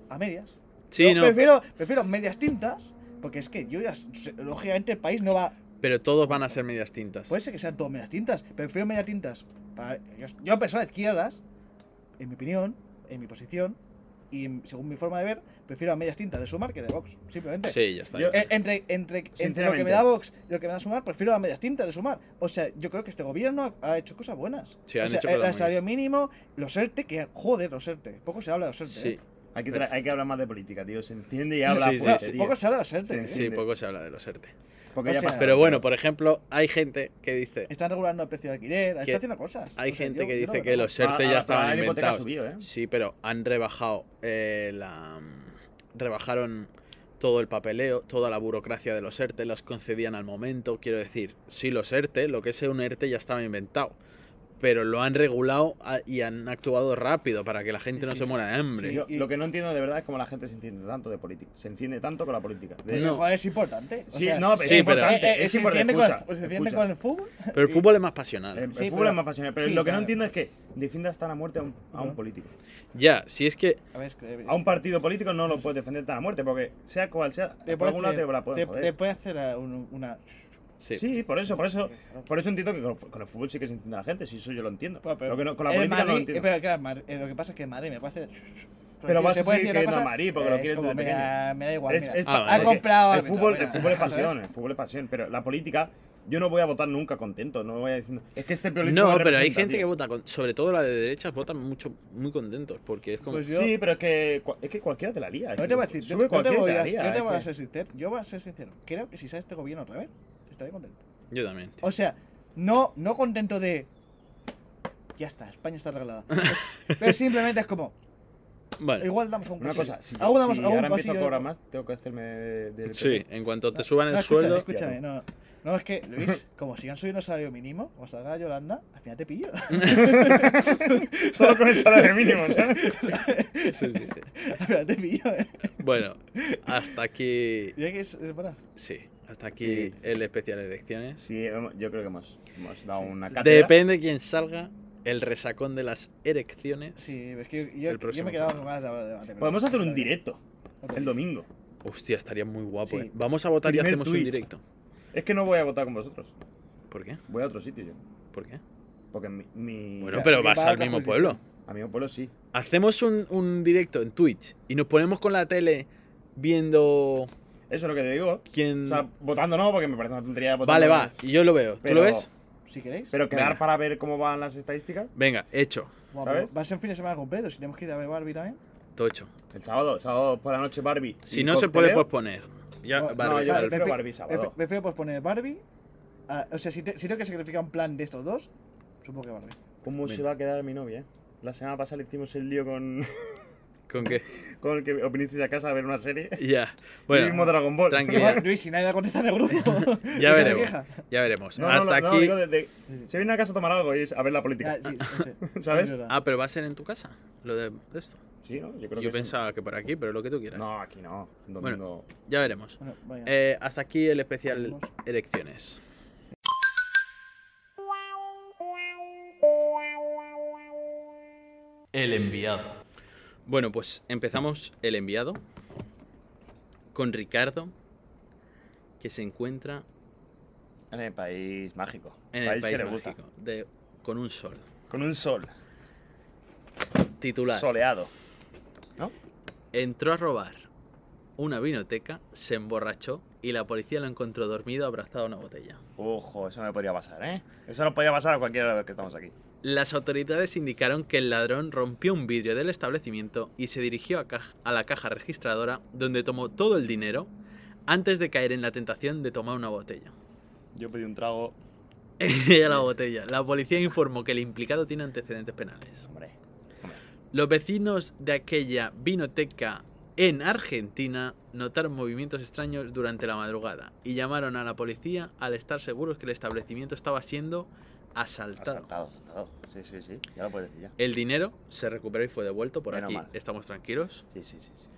[SPEAKER 2] a medias.
[SPEAKER 1] Sí,
[SPEAKER 2] Yo
[SPEAKER 1] no,
[SPEAKER 2] prefiero, prefiero medias tintas. Porque es que yo ya. sé- Lógicamente el país no va.
[SPEAKER 1] pero todos van a ser medias tintas.
[SPEAKER 2] Puede ser que sean todas medias tintas. Prefiero medias tintas. para- yo, yo, persona de izquierdas, en mi opinión, en mi posición. Y en- según mi forma de ver, prefiero a medias tintas de Sumar que de Vox. Simplemente.
[SPEAKER 1] Sí, ya está.
[SPEAKER 3] Yo-
[SPEAKER 2] Eh, entre, entre, entre lo que
[SPEAKER 3] Sinceramente.
[SPEAKER 2] me da Vox y lo que me da Sumar, prefiero a medias tintas de Sumar. O sea, yo creo que este gobierno ha, ha hecho cosas buenas.
[SPEAKER 1] Sí, han
[SPEAKER 2] o sea,
[SPEAKER 1] hecho
[SPEAKER 2] el-
[SPEAKER 1] cosas
[SPEAKER 2] el
[SPEAKER 1] muy
[SPEAKER 2] salario mínimo, los ERTE, que joder, los ERTE. Poco se habla de los ERTE.
[SPEAKER 1] sí,
[SPEAKER 2] ¿eh?
[SPEAKER 3] Hay que, tra- hay que hablar más de política, tío. Se entiende y habla
[SPEAKER 1] Sí, sí,
[SPEAKER 3] fuerte,
[SPEAKER 1] sí.
[SPEAKER 3] tío.
[SPEAKER 2] Poco se habla de los ERTE.
[SPEAKER 3] Sí,
[SPEAKER 2] ¿eh?
[SPEAKER 1] sí,
[SPEAKER 3] entiende.
[SPEAKER 1] poco se habla de los ERTE.
[SPEAKER 3] Porque
[SPEAKER 2] O
[SPEAKER 3] ya
[SPEAKER 2] sea-
[SPEAKER 3] pasa.
[SPEAKER 1] Pero bueno, por ejemplo, hay gente que dice,
[SPEAKER 2] Están regulando el precio de alquiler,
[SPEAKER 1] Que
[SPEAKER 2] están haciendo cosas.
[SPEAKER 1] hay
[SPEAKER 2] O sea,
[SPEAKER 1] gente
[SPEAKER 2] yo-
[SPEAKER 1] que
[SPEAKER 2] yo no
[SPEAKER 1] dice
[SPEAKER 2] lo
[SPEAKER 1] que
[SPEAKER 2] veo mal.
[SPEAKER 1] los ERTE
[SPEAKER 3] Ahora-
[SPEAKER 1] ya
[SPEAKER 3] ahora
[SPEAKER 1] estaban
[SPEAKER 3] la hipoteca ha
[SPEAKER 1] inventados.
[SPEAKER 3] subido, ¿eh?
[SPEAKER 1] Sí, pero han rebajado eh, la. Rebajaron todo el papeleo, toda la burocracia de los ERTE, las concedían al momento. Quiero decir, sí, los ERTE, lo que es un ERTE ya estaba inventado. pero lo han regulado a- y han actuado rápido para que la gente
[SPEAKER 2] Sí,
[SPEAKER 1] no
[SPEAKER 2] sí,
[SPEAKER 1] se
[SPEAKER 2] sí.
[SPEAKER 1] muera de hambre.
[SPEAKER 3] Yo
[SPEAKER 2] y-
[SPEAKER 3] lo que no entiendo de verdad es cómo la gente se entiende tanto de política. Se entiende tanto con la política. De-
[SPEAKER 1] No.
[SPEAKER 2] Joder, es importante. O
[SPEAKER 3] Sí,
[SPEAKER 2] sea,
[SPEAKER 3] no, pero
[SPEAKER 1] Sí,
[SPEAKER 3] es
[SPEAKER 1] pero-
[SPEAKER 3] importante.
[SPEAKER 2] eh, eh,
[SPEAKER 3] es
[SPEAKER 2] ¿se
[SPEAKER 3] importante.
[SPEAKER 2] entiende con el-
[SPEAKER 3] escucha,
[SPEAKER 2] ¿Se entiende
[SPEAKER 3] escucha.
[SPEAKER 2] con el fútbol?
[SPEAKER 1] Pero el
[SPEAKER 3] y-
[SPEAKER 1] fútbol es más
[SPEAKER 3] El, Eh, el
[SPEAKER 1] pasional.
[SPEAKER 2] Sí,
[SPEAKER 3] fútbol
[SPEAKER 2] pero-
[SPEAKER 3] es más pasional, pero
[SPEAKER 2] sí,
[SPEAKER 3] lo que no
[SPEAKER 2] claro.
[SPEAKER 3] entiendo es que defiendas tan a muerte a un, a un
[SPEAKER 2] Ujú.
[SPEAKER 3] político.
[SPEAKER 1] Ya, si es que
[SPEAKER 2] A ver, es que- eh,
[SPEAKER 3] A un partido político no lo puedes defender tan a muerte, porque sea cual sea,
[SPEAKER 2] te
[SPEAKER 3] por
[SPEAKER 2] puede
[SPEAKER 3] algún lado
[SPEAKER 2] hacer-
[SPEAKER 3] te la pueden
[SPEAKER 2] te-
[SPEAKER 3] joder.
[SPEAKER 2] te puede hacer a un- una.
[SPEAKER 1] sí.
[SPEAKER 3] Sí, por eso, por eso.
[SPEAKER 2] Claro.
[SPEAKER 3] Por eso entiendo que con, con el fútbol sí que se entiende la gente, si eso yo lo entiendo.
[SPEAKER 2] Bueno, pero-
[SPEAKER 3] lo que no- con la
[SPEAKER 2] el
[SPEAKER 3] política no lo
[SPEAKER 2] Madrid- eh,
[SPEAKER 3] entiendo.
[SPEAKER 2] pero claro, el Madrid- eh, lo que pasa es que el Madrid me puede hacer.
[SPEAKER 3] Pero vas
[SPEAKER 2] se puede
[SPEAKER 3] a
[SPEAKER 2] decir
[SPEAKER 3] seguir
[SPEAKER 2] una
[SPEAKER 3] queriendo
[SPEAKER 2] cosa,
[SPEAKER 3] a Madrid, porque lo
[SPEAKER 2] eh, es
[SPEAKER 3] quieres
[SPEAKER 2] como,
[SPEAKER 3] desde
[SPEAKER 2] me da, me da igual.
[SPEAKER 3] Es-
[SPEAKER 2] mira.
[SPEAKER 3] es
[SPEAKER 1] Ah,
[SPEAKER 3] pa-
[SPEAKER 1] vale.
[SPEAKER 3] porque
[SPEAKER 1] Ha
[SPEAKER 2] comprado
[SPEAKER 3] el
[SPEAKER 2] árbitro,
[SPEAKER 3] fútbol,
[SPEAKER 2] mira,
[SPEAKER 3] el fútbol es
[SPEAKER 2] ¿sabes?
[SPEAKER 3] pasión, el fútbol es pasión, pero la política yo no voy a votar nunca contento, no voy a decir es que este político
[SPEAKER 1] No,
[SPEAKER 3] me
[SPEAKER 1] pero hay
[SPEAKER 3] representa,
[SPEAKER 1] gente que
[SPEAKER 3] tío".
[SPEAKER 1] vota, con- sobre todo la de derechas, votan mucho, muy contentos porque es como.
[SPEAKER 2] Pues yo-
[SPEAKER 3] Sí, pero es que cua- es que cualquiera te la lía. es
[SPEAKER 2] Yo
[SPEAKER 3] que
[SPEAKER 2] te voy a decir, yo, yo
[SPEAKER 3] sube
[SPEAKER 2] te
[SPEAKER 3] cualquiera este.
[SPEAKER 2] voy a,
[SPEAKER 3] la lía,
[SPEAKER 2] yo te
[SPEAKER 3] es
[SPEAKER 2] voy a
[SPEAKER 3] que-
[SPEAKER 2] ser sincero. Yo voy a ser sincero. Creo que si sale este gobierno otra vez, estaré contento.
[SPEAKER 1] Yo también. tío.
[SPEAKER 2] O sea, no, no contento de. Ya está, España está regalada. Es- pero simplemente es como.
[SPEAKER 1] Vale.
[SPEAKER 2] Igual damos a un
[SPEAKER 3] Una
[SPEAKER 2] pasillo.
[SPEAKER 3] cosa, si,
[SPEAKER 2] Aún damos
[SPEAKER 3] si
[SPEAKER 2] a un
[SPEAKER 3] ahora empiezo a
[SPEAKER 2] pasillo.
[SPEAKER 3] cobrar más, tengo que hacerme de- del
[SPEAKER 1] Sí,
[SPEAKER 3] PP.
[SPEAKER 1] en cuanto te suban el
[SPEAKER 2] no, escúchame,
[SPEAKER 1] sueldo.
[SPEAKER 2] Escúchame, no, no. No, es que, Luis, como sigan subiendo el salario mínimo, o salga Yolanda, al final te pillo.
[SPEAKER 3] Solo con el salario mínimo, ¿sabes?
[SPEAKER 1] Sí, sí, sí.
[SPEAKER 2] al final te pillo, eh.
[SPEAKER 1] Bueno, hasta aquí.
[SPEAKER 2] Ya que es, es verdad.
[SPEAKER 1] Sí, hasta aquí
[SPEAKER 3] Sí.
[SPEAKER 1] el especial elecciones.
[SPEAKER 3] Sí, hemos- yo creo que hemos, hemos dado
[SPEAKER 2] Sí.
[SPEAKER 3] una cátedra.
[SPEAKER 1] Depende quién salga, el resacón de las erecciones.
[SPEAKER 2] Sí, es que yo,
[SPEAKER 1] El
[SPEAKER 2] yo,
[SPEAKER 1] próximo
[SPEAKER 2] me he quedado con
[SPEAKER 1] programa.
[SPEAKER 2] ganas de hablar de debate. pero
[SPEAKER 3] Podemos
[SPEAKER 2] no,
[SPEAKER 3] hacer un
[SPEAKER 2] está bien.
[SPEAKER 3] directo
[SPEAKER 2] Ok.
[SPEAKER 3] el domingo.
[SPEAKER 1] Hostia, estaría muy guapo.
[SPEAKER 2] Sí.
[SPEAKER 1] eh. Vamos a votar y
[SPEAKER 3] Primer
[SPEAKER 1] hacemos un
[SPEAKER 3] tweet.
[SPEAKER 1] directo.
[SPEAKER 3] Es que no voy a votar con vosotros.
[SPEAKER 1] ¿Por qué?
[SPEAKER 3] Voy a otro sitio yo.
[SPEAKER 1] ¿Por qué?
[SPEAKER 3] Porque mi, mi-
[SPEAKER 1] Bueno,
[SPEAKER 2] Ya,
[SPEAKER 1] pero
[SPEAKER 2] porque
[SPEAKER 1] vas
[SPEAKER 2] va a
[SPEAKER 1] al
[SPEAKER 2] otra
[SPEAKER 1] mismo pueblo.
[SPEAKER 2] jurisdicción.
[SPEAKER 3] a mi pueblo sí.
[SPEAKER 1] Hacemos un, un directo en Twitch y nos ponemos con la tele viendo
[SPEAKER 3] Eso es lo que te digo.
[SPEAKER 1] quién.
[SPEAKER 3] O sea, votando no, porque me parece una tontería votar.
[SPEAKER 1] Mm. vale,
[SPEAKER 3] no.
[SPEAKER 1] va. Y yo lo veo. ¿Tú
[SPEAKER 3] Pero-
[SPEAKER 1] lo ves?
[SPEAKER 2] Si queréis.
[SPEAKER 3] Pero quedar
[SPEAKER 1] Venga.
[SPEAKER 3] para ver cómo van las estadísticas.
[SPEAKER 1] Venga, hecho.
[SPEAKER 2] Buah, pero
[SPEAKER 3] ¿sabes?
[SPEAKER 2] pues va a ser un fin de semana completo. Si tenemos que ir a ver Barbie también.
[SPEAKER 1] Todo hecho.
[SPEAKER 3] El sábado, sábado por la noche Barbie.
[SPEAKER 1] Si
[SPEAKER 3] y
[SPEAKER 1] no se puede
[SPEAKER 3] cocteleo.
[SPEAKER 1] posponer. Ya,
[SPEAKER 2] No,
[SPEAKER 1] Barbie, Barbie.
[SPEAKER 3] yo prefiero
[SPEAKER 2] prefi-
[SPEAKER 3] Barbie sábado.
[SPEAKER 2] prefi- Prefiero posponer Barbie. a- o sea, si, te- si tengo que sacrificar un plan de estos dos, supongo que Barbie.
[SPEAKER 3] ¿Cómo se
[SPEAKER 1] pues, Venga.
[SPEAKER 3] va a quedar mi novia? eh? La semana pasada le hicimos el lío con,
[SPEAKER 1] ¿Con qué?
[SPEAKER 3] con el que viniste a casa a ver una serie.
[SPEAKER 1] Ya.
[SPEAKER 3] y vimos
[SPEAKER 1] Bueno,
[SPEAKER 3] Dragon Ball.
[SPEAKER 1] tranquilidad.
[SPEAKER 2] Igual, Luis, si nadie la contesta en el grupo. ¿quién se
[SPEAKER 1] veremos.
[SPEAKER 2] queja?
[SPEAKER 1] ya veremos.
[SPEAKER 3] No, no,
[SPEAKER 1] Hasta
[SPEAKER 3] no, no,
[SPEAKER 1] aquí.
[SPEAKER 3] digo de- de- se viene a casa a tomar algo y es a ver la política.
[SPEAKER 2] Ya, sí, sí, sí.
[SPEAKER 3] ¿Sabes?
[SPEAKER 2] Es verdad.
[SPEAKER 1] Ah, pero va a ser en tu casa. Lo de de esto.
[SPEAKER 3] Sí, ¿no? Yo creo
[SPEAKER 1] Yo
[SPEAKER 3] que sí.
[SPEAKER 1] pensaba que por aquí, pero lo que tú quieras.
[SPEAKER 3] No, aquí no. Un Domingo.
[SPEAKER 1] Ya veremos.
[SPEAKER 2] Bueno, vaya.
[SPEAKER 1] Eh, hasta aquí el especial
[SPEAKER 2] Vamos.
[SPEAKER 1] elecciones.
[SPEAKER 4] El enviado.
[SPEAKER 1] Bueno, pues empezamos el enviado con Ricardo, que se encuentra
[SPEAKER 3] En el país mágico.
[SPEAKER 1] en el país mágico, de- con un sol.
[SPEAKER 3] Con un sol.
[SPEAKER 1] Titular.
[SPEAKER 3] Soleado.
[SPEAKER 1] Entró a robar una vinoteca, se emborrachó y la policía lo encontró dormido abrazado a una botella.
[SPEAKER 3] Ojo, eso no me podría pasar, ¿eh? Eso no podría pasar a cualquiera de los que estamos aquí.
[SPEAKER 1] Las autoridades indicaron que el ladrón rompió un vidrio del establecimiento y se dirigió a, caj- a la caja registradora donde tomó todo el dinero antes de caer en la tentación de tomar una botella.
[SPEAKER 3] Yo pedí un trago.
[SPEAKER 1] Ella la botella. La policía informó que el implicado tiene antecedentes penales.
[SPEAKER 3] Hombre.
[SPEAKER 1] Los vecinos de aquella vinoteca en Argentina notaron movimientos extraños durante la madrugada y llamaron a la policía al estar seguros que el establecimiento estaba siendo asaltado.
[SPEAKER 3] Asaltado, asaltado. Sí, sí, sí. Ya lo puedes decir ya.
[SPEAKER 1] El dinero se recuperó y fue devuelto. Por
[SPEAKER 3] Menos
[SPEAKER 1] aquí
[SPEAKER 3] mal.
[SPEAKER 1] estamos tranquilos.
[SPEAKER 3] Sí, sí, sí. sí.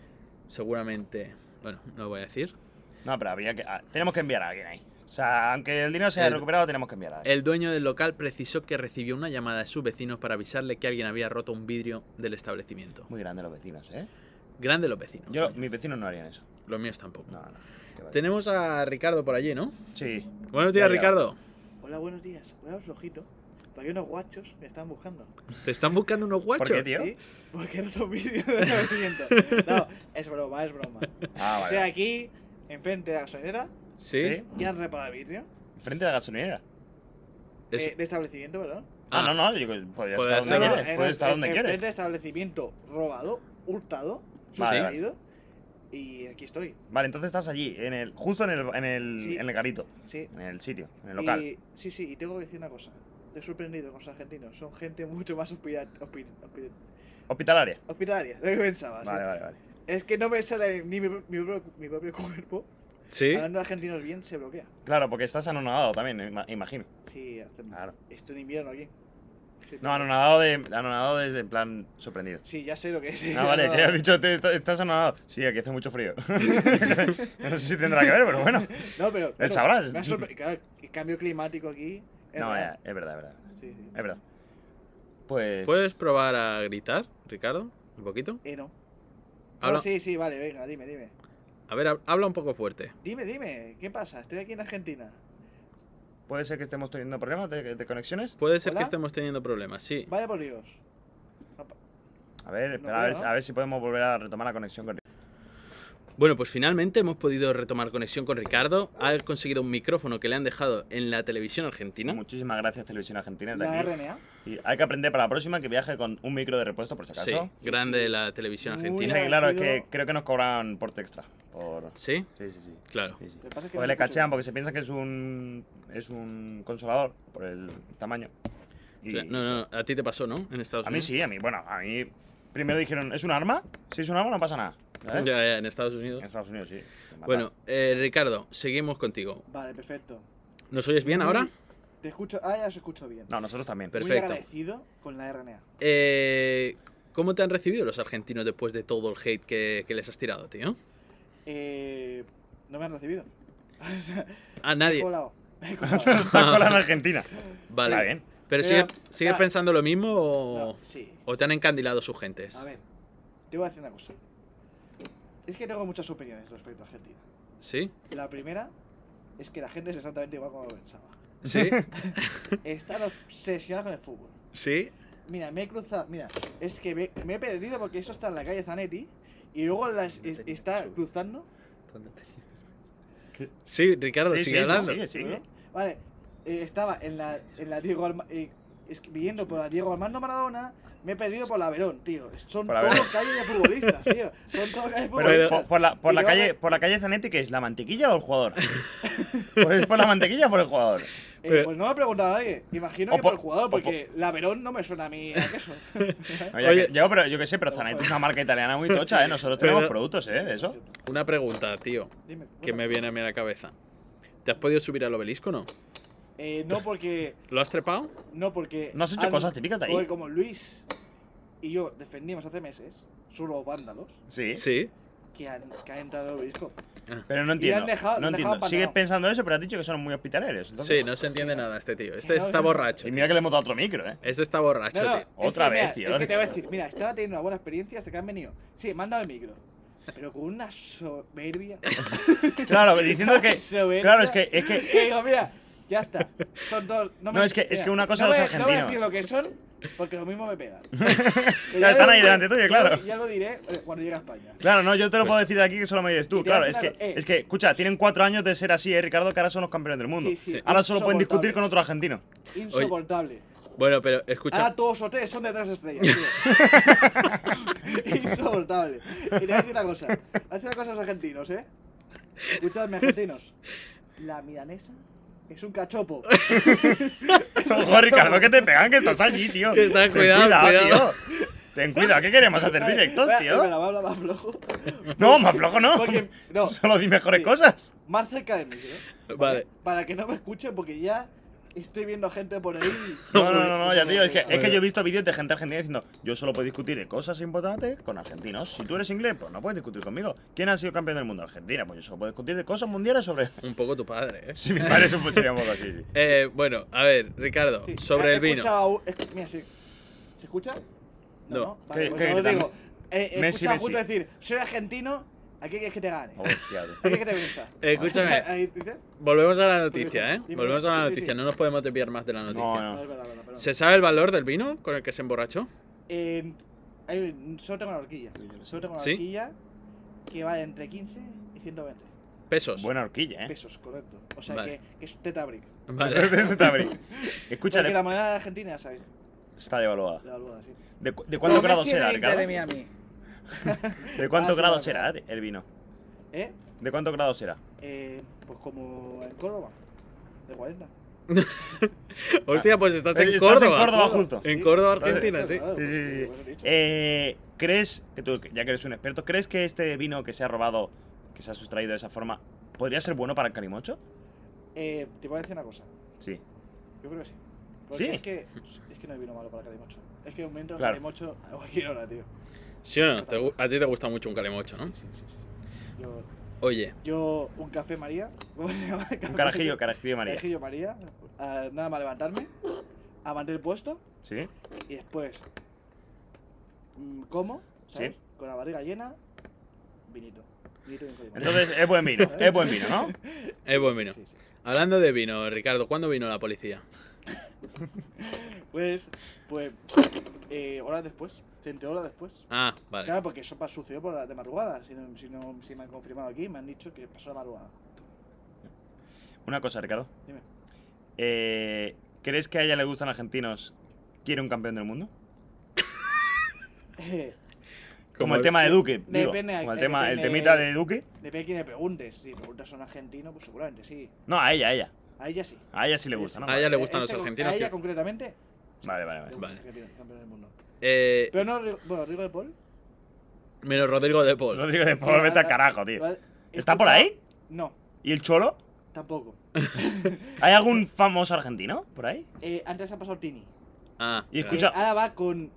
[SPEAKER 1] Seguramente, bueno, no lo voy a decir.
[SPEAKER 3] No, pero habría que. ah, tenemos que enviar a alguien ahí. O sea, aunque el dinero sea
[SPEAKER 1] El-
[SPEAKER 3] recuperado, tenemos que enviar a alguien.
[SPEAKER 1] El dueño del local precisó que recibió una llamada de sus vecinos para avisarle que alguien había roto un vidrio del establecimiento.
[SPEAKER 3] Muy grande los vecinos, ¿eh?
[SPEAKER 1] Grande los vecinos.
[SPEAKER 3] Yo,
[SPEAKER 1] coño.
[SPEAKER 3] mis vecinos no harían eso.
[SPEAKER 1] Los míos tampoco.
[SPEAKER 3] No, no. Qué va.
[SPEAKER 1] Tenemos a Ricardo por allí, ¿no?
[SPEAKER 3] Sí.
[SPEAKER 1] Buenos días,
[SPEAKER 3] Ya, ya.
[SPEAKER 1] Ricardo.
[SPEAKER 2] Hola, buenos días. Voy a flojito. Porque hay unos guachos me están buscando.
[SPEAKER 1] Te están buscando unos guachos.
[SPEAKER 3] ¿Por qué, tío?
[SPEAKER 2] ¿Sí? Porque era otro vídeo de establecimiento. No, es broma, es broma.
[SPEAKER 3] Ah,
[SPEAKER 2] Estoy
[SPEAKER 3] vale.
[SPEAKER 2] aquí, enfrente de la gasolinera.
[SPEAKER 1] ¿Sí?
[SPEAKER 3] Sí.
[SPEAKER 2] Ya han reparado el vidrio.
[SPEAKER 3] Frente a la gasolinera.
[SPEAKER 1] Es-
[SPEAKER 2] eh, de establecimiento, perdón.
[SPEAKER 1] Ah,
[SPEAKER 3] Ah, Eh, no, no, yo podría
[SPEAKER 1] Podría
[SPEAKER 3] estar
[SPEAKER 1] ser,
[SPEAKER 3] donde
[SPEAKER 1] ¿no?
[SPEAKER 3] quieres. Puedes estar donde quieres.
[SPEAKER 2] Enfrente de establecimiento robado, hurtado,
[SPEAKER 3] Vale, vale.
[SPEAKER 2] sustraído. Y aquí estoy.
[SPEAKER 3] Vale, entonces estás allí, en el, justo en el, en el,
[SPEAKER 2] Sí.
[SPEAKER 3] en el garito,
[SPEAKER 2] Sí.
[SPEAKER 3] en el sitio, en el local.
[SPEAKER 2] Y, sí, sí, y tengo que decir una cosa. Te he sorprendido con los argentinos. Son gente mucho más hospida- hospi- hospi-
[SPEAKER 3] Hospitalaria.
[SPEAKER 2] hospitalaria de lo que pensaba. sí.
[SPEAKER 3] Vale, vale, vale.
[SPEAKER 2] Es que no me sale ni mi, mi propio- mi propio cuerpo.
[SPEAKER 1] ¿Sí?
[SPEAKER 3] ah,
[SPEAKER 2] Hablando de argentinos bien, se bloquea.
[SPEAKER 3] Claro, porque estás anonadado también, ima- imagino.
[SPEAKER 2] Sí, hace-
[SPEAKER 3] Claro.
[SPEAKER 2] estoy en invierno aquí.
[SPEAKER 3] Ah. No, anonadado de. Anonadado de, en plan sorprendido.
[SPEAKER 2] Sí, ya sé lo que es.
[SPEAKER 3] Ah, vale, que has dicho, te, está- estás anonadado. Sí, aquí hace mucho frío. no sé si tendrá que ver, pero bueno.
[SPEAKER 2] No, pero.
[SPEAKER 3] Él sabrá.
[SPEAKER 2] me ha sorpre- Claro, el cambio climático aquí. es
[SPEAKER 3] No,
[SPEAKER 2] real.
[SPEAKER 3] ya, Eh. es verdad, es verdad.
[SPEAKER 2] Sí, sí.
[SPEAKER 3] Es verdad. Pues.
[SPEAKER 1] ¿Puedes probar a gritar, Ricardo? Un poquito.
[SPEAKER 2] Eh, no.
[SPEAKER 1] Habla-
[SPEAKER 2] No, sí, sí, vale, venga, dime, dime.
[SPEAKER 1] A ver, hab- habla un poco fuerte.
[SPEAKER 2] Dime, dime, ¿qué pasa? Estoy aquí en Argentina.
[SPEAKER 3] Puede ser que estemos teniendo problemas de, de conexiones.
[SPEAKER 1] Puede ser que
[SPEAKER 2] ¿Hola?
[SPEAKER 1] estemos teniendo problemas, sí.
[SPEAKER 2] Vaya por Dios.
[SPEAKER 3] A ver,
[SPEAKER 2] No
[SPEAKER 3] espera, a,
[SPEAKER 2] creo,
[SPEAKER 3] ver,
[SPEAKER 2] ¿no?
[SPEAKER 3] a ver si podemos volver a retomar la conexión con.
[SPEAKER 1] Bueno, pues finalmente hemos podido retomar conexión con Ricardo. Ha conseguido un micrófono que le han dejado en la televisión argentina.
[SPEAKER 3] Muchísimas gracias, Televisión Argentina. desde
[SPEAKER 2] La
[SPEAKER 3] aquí.
[SPEAKER 2] RNA.
[SPEAKER 3] Y hay que aprender para la próxima que viaje con un micro de repuesto, por si acaso.
[SPEAKER 1] Sí, grande de la televisión
[SPEAKER 2] Muy
[SPEAKER 3] Y
[SPEAKER 1] argentina.
[SPEAKER 3] sí, claro, es que
[SPEAKER 2] Rápido.
[SPEAKER 3] creo que nos cobran por extra. Por...
[SPEAKER 1] Sí,
[SPEAKER 3] Sí, sí, sí.
[SPEAKER 1] claro.
[SPEAKER 3] sí, sí.
[SPEAKER 2] Lo que pasa es que
[SPEAKER 3] Porque
[SPEAKER 2] no
[SPEAKER 3] Pues le
[SPEAKER 2] escucho.
[SPEAKER 3] cachean porque se piensa que es un es un consolador por el tamaño. Y
[SPEAKER 1] Cla- No, no, a ti te pasó, ¿no? En Estados Unidos.
[SPEAKER 3] A mí sí, a mí, bueno, a mí primero dijeron, ¿es un arma? Si es un arma no pasa nada.
[SPEAKER 1] Ah,
[SPEAKER 3] ¿sabes?
[SPEAKER 1] Ya, ya, en Estados
[SPEAKER 3] En
[SPEAKER 1] Unidos.
[SPEAKER 3] Estados Unidos sí. te matan.
[SPEAKER 1] Bueno, eh, Ricardo, seguimos contigo.
[SPEAKER 2] Vale, perfecto.
[SPEAKER 1] ¿Nos oyes
[SPEAKER 3] Mm.
[SPEAKER 1] bien ahora?
[SPEAKER 2] Muy- Te escucho. Ah, ya os escucho bien.
[SPEAKER 3] No, nosotros también.
[SPEAKER 1] Pero-
[SPEAKER 2] Muy
[SPEAKER 1] perfecto.
[SPEAKER 2] agradecido con la RNA.
[SPEAKER 1] Eh, ¿Cómo te han recibido los argentinos después de todo el hate que, que les has tirado, tío?
[SPEAKER 2] Eh, no me han recibido. O sea,
[SPEAKER 1] A
[SPEAKER 2] he
[SPEAKER 1] nadie.
[SPEAKER 2] colado. He colado.
[SPEAKER 3] Está con la Argentina.
[SPEAKER 1] Vale.
[SPEAKER 3] Está bien.
[SPEAKER 1] ¿Pero
[SPEAKER 2] Pero,
[SPEAKER 1] sigues sigues
[SPEAKER 2] ah,
[SPEAKER 1] pensando lo mismo o,
[SPEAKER 2] No, sí.
[SPEAKER 1] o te han encandilado sus gentes?
[SPEAKER 2] A ver, te voy a decir una cosa. Es que tengo muchas opiniones respecto a Argentina.
[SPEAKER 1] ¿Sí?
[SPEAKER 2] La primera es que la gente es exactamente igual como pensaba.
[SPEAKER 1] ¿Sí?
[SPEAKER 2] Están obsesionados con el fútbol.
[SPEAKER 1] ¿Sí?
[SPEAKER 2] Mira, me he cruzado. Mira, es que me, me he perdido porque eso está en la calle Zanetti y luego las, es- está cruzando.
[SPEAKER 1] Sí, Ricardo,
[SPEAKER 3] Sí,
[SPEAKER 1] sigue
[SPEAKER 3] sí, sí,
[SPEAKER 1] hablando.
[SPEAKER 3] sigue, sigue.
[SPEAKER 2] Vale, eh, estaba en la, en la Diego Arma- eh, es que viniendo por la Diego Armando Maradona. Me he perdido por la Verón, tío. Son
[SPEAKER 3] Por la
[SPEAKER 2] todos
[SPEAKER 3] Verón.
[SPEAKER 2] calles de futbolistas, tío. Son todos calles de
[SPEAKER 3] Pero
[SPEAKER 1] Pero-
[SPEAKER 2] futbolistas.
[SPEAKER 3] por, por la, por
[SPEAKER 2] Y
[SPEAKER 3] la
[SPEAKER 2] luego-
[SPEAKER 3] calle, por la calle Zanetti, ¿qué es? ¿La mantequilla o el jugador? Pues es por la mantequilla o por el jugador.
[SPEAKER 2] Eh,
[SPEAKER 1] pero-
[SPEAKER 2] pues no me ha preguntado nadie. Imagino
[SPEAKER 3] O
[SPEAKER 2] que por
[SPEAKER 3] por-
[SPEAKER 2] el jugador,
[SPEAKER 3] o por-
[SPEAKER 2] porque la Verón no me suena a mí a queso.
[SPEAKER 3] Oye,
[SPEAKER 1] Oye.
[SPEAKER 3] que- yo, pero yo qué sé, pero Zanetti es una marca italiana muy tocha, ¿eh? Nosotros
[SPEAKER 1] Pero-
[SPEAKER 3] tenemos productos, ¿eh? De eso.
[SPEAKER 1] Una pregunta, tío,
[SPEAKER 2] Dime,
[SPEAKER 1] que
[SPEAKER 2] bueno.
[SPEAKER 1] me viene a mí a la cabeza. ¿Te has podido subir al obelisco o no?
[SPEAKER 2] Eh, no porque.
[SPEAKER 1] ¿Lo has trepado?
[SPEAKER 2] Ah, No porque.
[SPEAKER 3] ¿No has hecho cosas típicas de ahí?
[SPEAKER 2] Porque como Luis y yo defendimos hace meses, solo vándalos,
[SPEAKER 3] Sí.
[SPEAKER 1] Sí.
[SPEAKER 2] que han, que han entrado al obelisco.
[SPEAKER 3] Pero no entiendo.
[SPEAKER 2] dejado-
[SPEAKER 3] no
[SPEAKER 2] han dejado
[SPEAKER 3] entiendo. Sigues
[SPEAKER 2] abandonado.
[SPEAKER 3] pensando eso, pero has dicho que son muy hospitaleros. entonces-
[SPEAKER 1] Sí, no se entiende nada este tío. Este
[SPEAKER 2] Que no,
[SPEAKER 1] está
[SPEAKER 2] que no.
[SPEAKER 1] borracho.
[SPEAKER 3] Y
[SPEAKER 1] tío.
[SPEAKER 3] mira que le hemos dado otro micro, ¿eh?
[SPEAKER 1] Este está borracho,
[SPEAKER 2] No, no,
[SPEAKER 1] tío.
[SPEAKER 2] es
[SPEAKER 3] Otra
[SPEAKER 2] que, mira,
[SPEAKER 3] vez, tío.
[SPEAKER 2] Es que te voy a decir, mira, estaba teniendo una buena experiencia hasta que han venido. Sí, me han dado el micro. Pero con una soberbia.
[SPEAKER 3] Claro, diciendo que.
[SPEAKER 2] soberbia
[SPEAKER 3] Claro, es que. Es que
[SPEAKER 2] que digo, mira, ya está. Son todos. No, me-
[SPEAKER 3] No, es que- es
[SPEAKER 2] mira,
[SPEAKER 3] que una cosa
[SPEAKER 2] no
[SPEAKER 3] los
[SPEAKER 2] voy a- No
[SPEAKER 3] argentinos.
[SPEAKER 2] voy a decir lo que son, porque lo mismo me pegan.
[SPEAKER 3] Ya están ahí delante tuyo, claro.
[SPEAKER 2] Ya, lo diré eh, cuando llegue a España.
[SPEAKER 3] claro, no, yo te lo puedo
[SPEAKER 1] Pues
[SPEAKER 3] decir de aquí que solo me dices tú.
[SPEAKER 2] Y te voy a
[SPEAKER 3] Claro, es
[SPEAKER 2] decir
[SPEAKER 3] que,
[SPEAKER 2] algo, eh.
[SPEAKER 3] es que, escucha, tienen cuatro años de ser así, ¿eh, Ricardo? Que ahora son los campeones del mundo.
[SPEAKER 2] Sí, sí,
[SPEAKER 3] Ahora solo pueden discutir
[SPEAKER 2] insoportable.
[SPEAKER 3] con otro argentino.
[SPEAKER 2] Insoportable.
[SPEAKER 1] Bueno, pero escucha.
[SPEAKER 3] Ah,
[SPEAKER 2] Ahora Ah, todos los hoteles son de tres estrellas, tío. Insoportable. Y te voy a decir una cosa. Voy a decir una cosa a los argentinos, ¿eh? Escuchadme, argentinos. La milanesa es un cachopo.
[SPEAKER 3] Ojo, Ricardo, que te pegan, que estás allí, tío.
[SPEAKER 1] Que está-
[SPEAKER 3] Ten
[SPEAKER 1] cuidado, cuidado.
[SPEAKER 3] tío. Ten cuidado, ¿qué queremos hacer
[SPEAKER 2] Vale,
[SPEAKER 3] directos,
[SPEAKER 2] espera,
[SPEAKER 3] tío?
[SPEAKER 2] espera, voy a hablar más flojo.
[SPEAKER 3] No, más flojo no.
[SPEAKER 2] Porque, no,
[SPEAKER 3] Solo di mejores
[SPEAKER 2] Sí.
[SPEAKER 3] cosas.
[SPEAKER 2] más cerca de mí, ¿eh?
[SPEAKER 1] Vale.
[SPEAKER 2] Para que no me escuchen, porque ya estoy viendo gente por ahí.
[SPEAKER 3] No, no, no, no, ya tío, es que, es que
[SPEAKER 1] Bueno.
[SPEAKER 3] yo he visto vídeos de gente argentina diciendo yo solo puedo discutir de cosas importantes con argentinos. Si tú eres inglés, pues no puedes discutir conmigo. ¿Quién ha sido campeón del mundo? Argentina. Pues yo solo puedo discutir de cosas mundiales sobre...
[SPEAKER 1] Un poco tu padre, ¿eh?
[SPEAKER 3] Si mi padre es un sería un poco así, pues, sí.
[SPEAKER 1] Eh, bueno, a ver, Ricardo,
[SPEAKER 2] Sí, eh,
[SPEAKER 1] sobre
[SPEAKER 2] he
[SPEAKER 1] el vino.
[SPEAKER 2] escuchado- es- mira, sí. ¿Se escucha?
[SPEAKER 1] No.
[SPEAKER 2] Vale,
[SPEAKER 3] ¿Qué-
[SPEAKER 2] pues
[SPEAKER 3] qué
[SPEAKER 2] yo os
[SPEAKER 3] gritan?
[SPEAKER 2] digo. Eh, he
[SPEAKER 3] Messi,
[SPEAKER 2] escuchado a Guto
[SPEAKER 3] Messi.
[SPEAKER 2] decir, soy argentino, ¿a qué quieres que te gane?
[SPEAKER 3] Oh, hostia, tío.
[SPEAKER 2] ¿A qué que te piensas?
[SPEAKER 1] Escúchame.
[SPEAKER 2] Ahí dice.
[SPEAKER 1] Volvemos a la noticia, ¿eh?
[SPEAKER 2] Dime,
[SPEAKER 1] Volvemos a la
[SPEAKER 2] sí, sí,
[SPEAKER 1] noticia,
[SPEAKER 2] sí.
[SPEAKER 1] no nos podemos desviar más de la noticia.
[SPEAKER 2] No,
[SPEAKER 3] No,
[SPEAKER 2] es
[SPEAKER 3] no.
[SPEAKER 2] verdad, verdad, perdón.
[SPEAKER 1] ¿Se sabe el valor del vino con el que se emborrachó?
[SPEAKER 2] Eh, hay- solo tengo la horquilla. Solo tengo la
[SPEAKER 1] ¿Sí?
[SPEAKER 2] horquilla que vale entre 15 y 120
[SPEAKER 1] Pesos.
[SPEAKER 3] Buena horquilla, ¿eh?
[SPEAKER 2] pesos, correcto. O sea
[SPEAKER 1] Vale.
[SPEAKER 2] que, que es teta brick.
[SPEAKER 1] Vale.
[SPEAKER 3] Está bien.
[SPEAKER 2] Porque la
[SPEAKER 3] Escúchale,
[SPEAKER 2] moneda de Argentina, ya ¿sabes?
[SPEAKER 3] está devaluada.
[SPEAKER 2] La valuada, sí.
[SPEAKER 3] ¿De, cu- de cuántos
[SPEAKER 2] Los
[SPEAKER 3] grados
[SPEAKER 2] Messi
[SPEAKER 3] será,
[SPEAKER 2] 20
[SPEAKER 3] Ricardo?
[SPEAKER 2] de Miami.
[SPEAKER 3] ¿De cuántos
[SPEAKER 2] Ah, sí,
[SPEAKER 3] grados
[SPEAKER 2] vale,
[SPEAKER 3] será
[SPEAKER 2] vale.
[SPEAKER 3] el vino?
[SPEAKER 2] ¿Eh?
[SPEAKER 3] ¿De cuántos grados será?
[SPEAKER 2] Eh, pues como en Córdoba. De 40.
[SPEAKER 1] Hostia, pues estás en
[SPEAKER 3] Estás
[SPEAKER 1] Córdoba.
[SPEAKER 3] en Córdoba justo.
[SPEAKER 1] En Córdoba,
[SPEAKER 2] claro,
[SPEAKER 1] Argentina, sí.
[SPEAKER 2] claro,
[SPEAKER 3] Sí, sí, sí.
[SPEAKER 2] por eso he dicho.
[SPEAKER 3] Eh, ¿Crees, que tú, ya que eres un experto, crees que este vino que se ha robado, que se ha sustraído de esa forma, podría ser bueno para el calimocho?
[SPEAKER 2] Eh, te voy a decir una cosa.
[SPEAKER 3] Sí.
[SPEAKER 2] Yo creo que sí. Porque
[SPEAKER 3] Sí.
[SPEAKER 2] Es que, es que no hay vino malo para Calimocho. Es que me entra un
[SPEAKER 3] Claro.
[SPEAKER 2] Calimocho a cualquier hora, tío.
[SPEAKER 1] ¿Sí o no? Te gu- a ti te gusta mucho un calimocho, ¿no?
[SPEAKER 2] Sí, sí, sí, sí. Yo,
[SPEAKER 1] Oye,
[SPEAKER 2] yo, un café María. ¿Cómo se llama?
[SPEAKER 3] Un carajillo, carajillo María.
[SPEAKER 2] Carajillo María. ah, nada más levantarme. A mantener puesto.
[SPEAKER 3] ¿Sí?
[SPEAKER 2] Y después. mm, Como, ¿sabes?
[SPEAKER 3] Sí.
[SPEAKER 2] Con la barriga llena. Vinito. Vinito y un Calimocho.
[SPEAKER 3] Entonces es buen vino, es buen vino, ¿no?
[SPEAKER 1] es eh, buen
[SPEAKER 2] Sí,
[SPEAKER 1] vino.
[SPEAKER 2] sí, sí, sí.
[SPEAKER 1] Hablando de vino, Ricardo, ¿cuándo vino la policía?
[SPEAKER 2] Pues, pues, eh, horas después, 70 horas después.
[SPEAKER 1] Ah, vale.
[SPEAKER 2] Claro, porque eso pa- sucedió por la de madrugada. Si, no, si, no- si me han confirmado aquí, me han dicho que pasó la madrugada.
[SPEAKER 3] Una cosa, Ricardo.
[SPEAKER 2] Dime.
[SPEAKER 3] Eh, ¿Crees que a ella le gustan argentinos? ¿Quiere un campeón del mundo?
[SPEAKER 2] Eh,
[SPEAKER 3] Como el tema de Duque, digo.
[SPEAKER 2] Depende,
[SPEAKER 3] Como el tema, el
[SPEAKER 2] depende-
[SPEAKER 3] temita de Duque.
[SPEAKER 2] depende de quién le preguntes. Si preguntas a un argentino, pues seguramente sí.
[SPEAKER 3] No, a ella, a ella.
[SPEAKER 2] A ella sí.
[SPEAKER 3] A ella sí le gusta, ¿no?
[SPEAKER 1] A ella le gustan
[SPEAKER 2] A
[SPEAKER 1] los
[SPEAKER 2] este-
[SPEAKER 1] argentinos,
[SPEAKER 2] A ella
[SPEAKER 1] tío.
[SPEAKER 2] concretamente. le
[SPEAKER 3] Vale, vale, vale.
[SPEAKER 2] gustan
[SPEAKER 1] Vale.
[SPEAKER 2] los argentinos, campeones del mundo.
[SPEAKER 1] Eh,
[SPEAKER 2] Pero no, Ri- bueno, Rigo de Paul. eh,
[SPEAKER 1] menos Rodrigo de Paul.
[SPEAKER 3] Rodrigo de Paul, vete al carajo, tío.
[SPEAKER 2] ¿vale? He
[SPEAKER 3] ¿Está por ahí?
[SPEAKER 2] escuchado- No,
[SPEAKER 3] ¿Y el Cholo?
[SPEAKER 2] tampoco.
[SPEAKER 3] ¿Hay algún famoso argentino por ahí?
[SPEAKER 2] Eh, antes ha pasado Tini.
[SPEAKER 1] Ah,
[SPEAKER 3] Y
[SPEAKER 1] claro.
[SPEAKER 3] escucha-
[SPEAKER 2] Eh, ahora va con.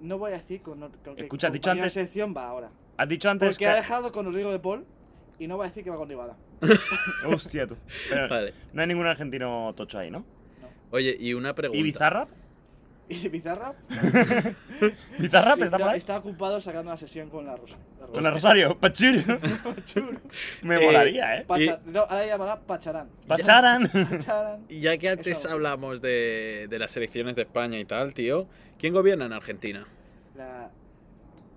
[SPEAKER 2] No voy a decir con. ot- con
[SPEAKER 3] Escucha, has dicho
[SPEAKER 2] compañero de
[SPEAKER 3] antes-
[SPEAKER 2] sección va ahora.
[SPEAKER 3] ¿Has dicho antes
[SPEAKER 2] Porque ha
[SPEAKER 3] que.?
[SPEAKER 2] dejado con Rodrigo de Paul y no va a decir que va con Dybala.
[SPEAKER 3] Hostia, tú. Pero
[SPEAKER 1] Vale.
[SPEAKER 3] no hay ningún argentino tocho ahí, ¿no?
[SPEAKER 1] Oye, y una pregunta.
[SPEAKER 3] ¿Y Bizarrap?
[SPEAKER 2] Y Bizarra
[SPEAKER 3] ¿Bizarrap está por
[SPEAKER 2] está,
[SPEAKER 3] pues, ahí?
[SPEAKER 2] está ocupado sacando la sesión con la Rosa.
[SPEAKER 3] Con la Rosario, Pachir.
[SPEAKER 2] Rosario.
[SPEAKER 3] Me
[SPEAKER 1] Eh,
[SPEAKER 3] molaría, ¿eh?
[SPEAKER 2] Pacha- no, ahora llamará Pacharán.
[SPEAKER 3] Pacharan.
[SPEAKER 2] Pacharán.
[SPEAKER 1] Ya que antes
[SPEAKER 2] Eso.
[SPEAKER 1] hablamos de, de las elecciones de España y tal, tío, ¿quién gobierna en Argentina?
[SPEAKER 2] La-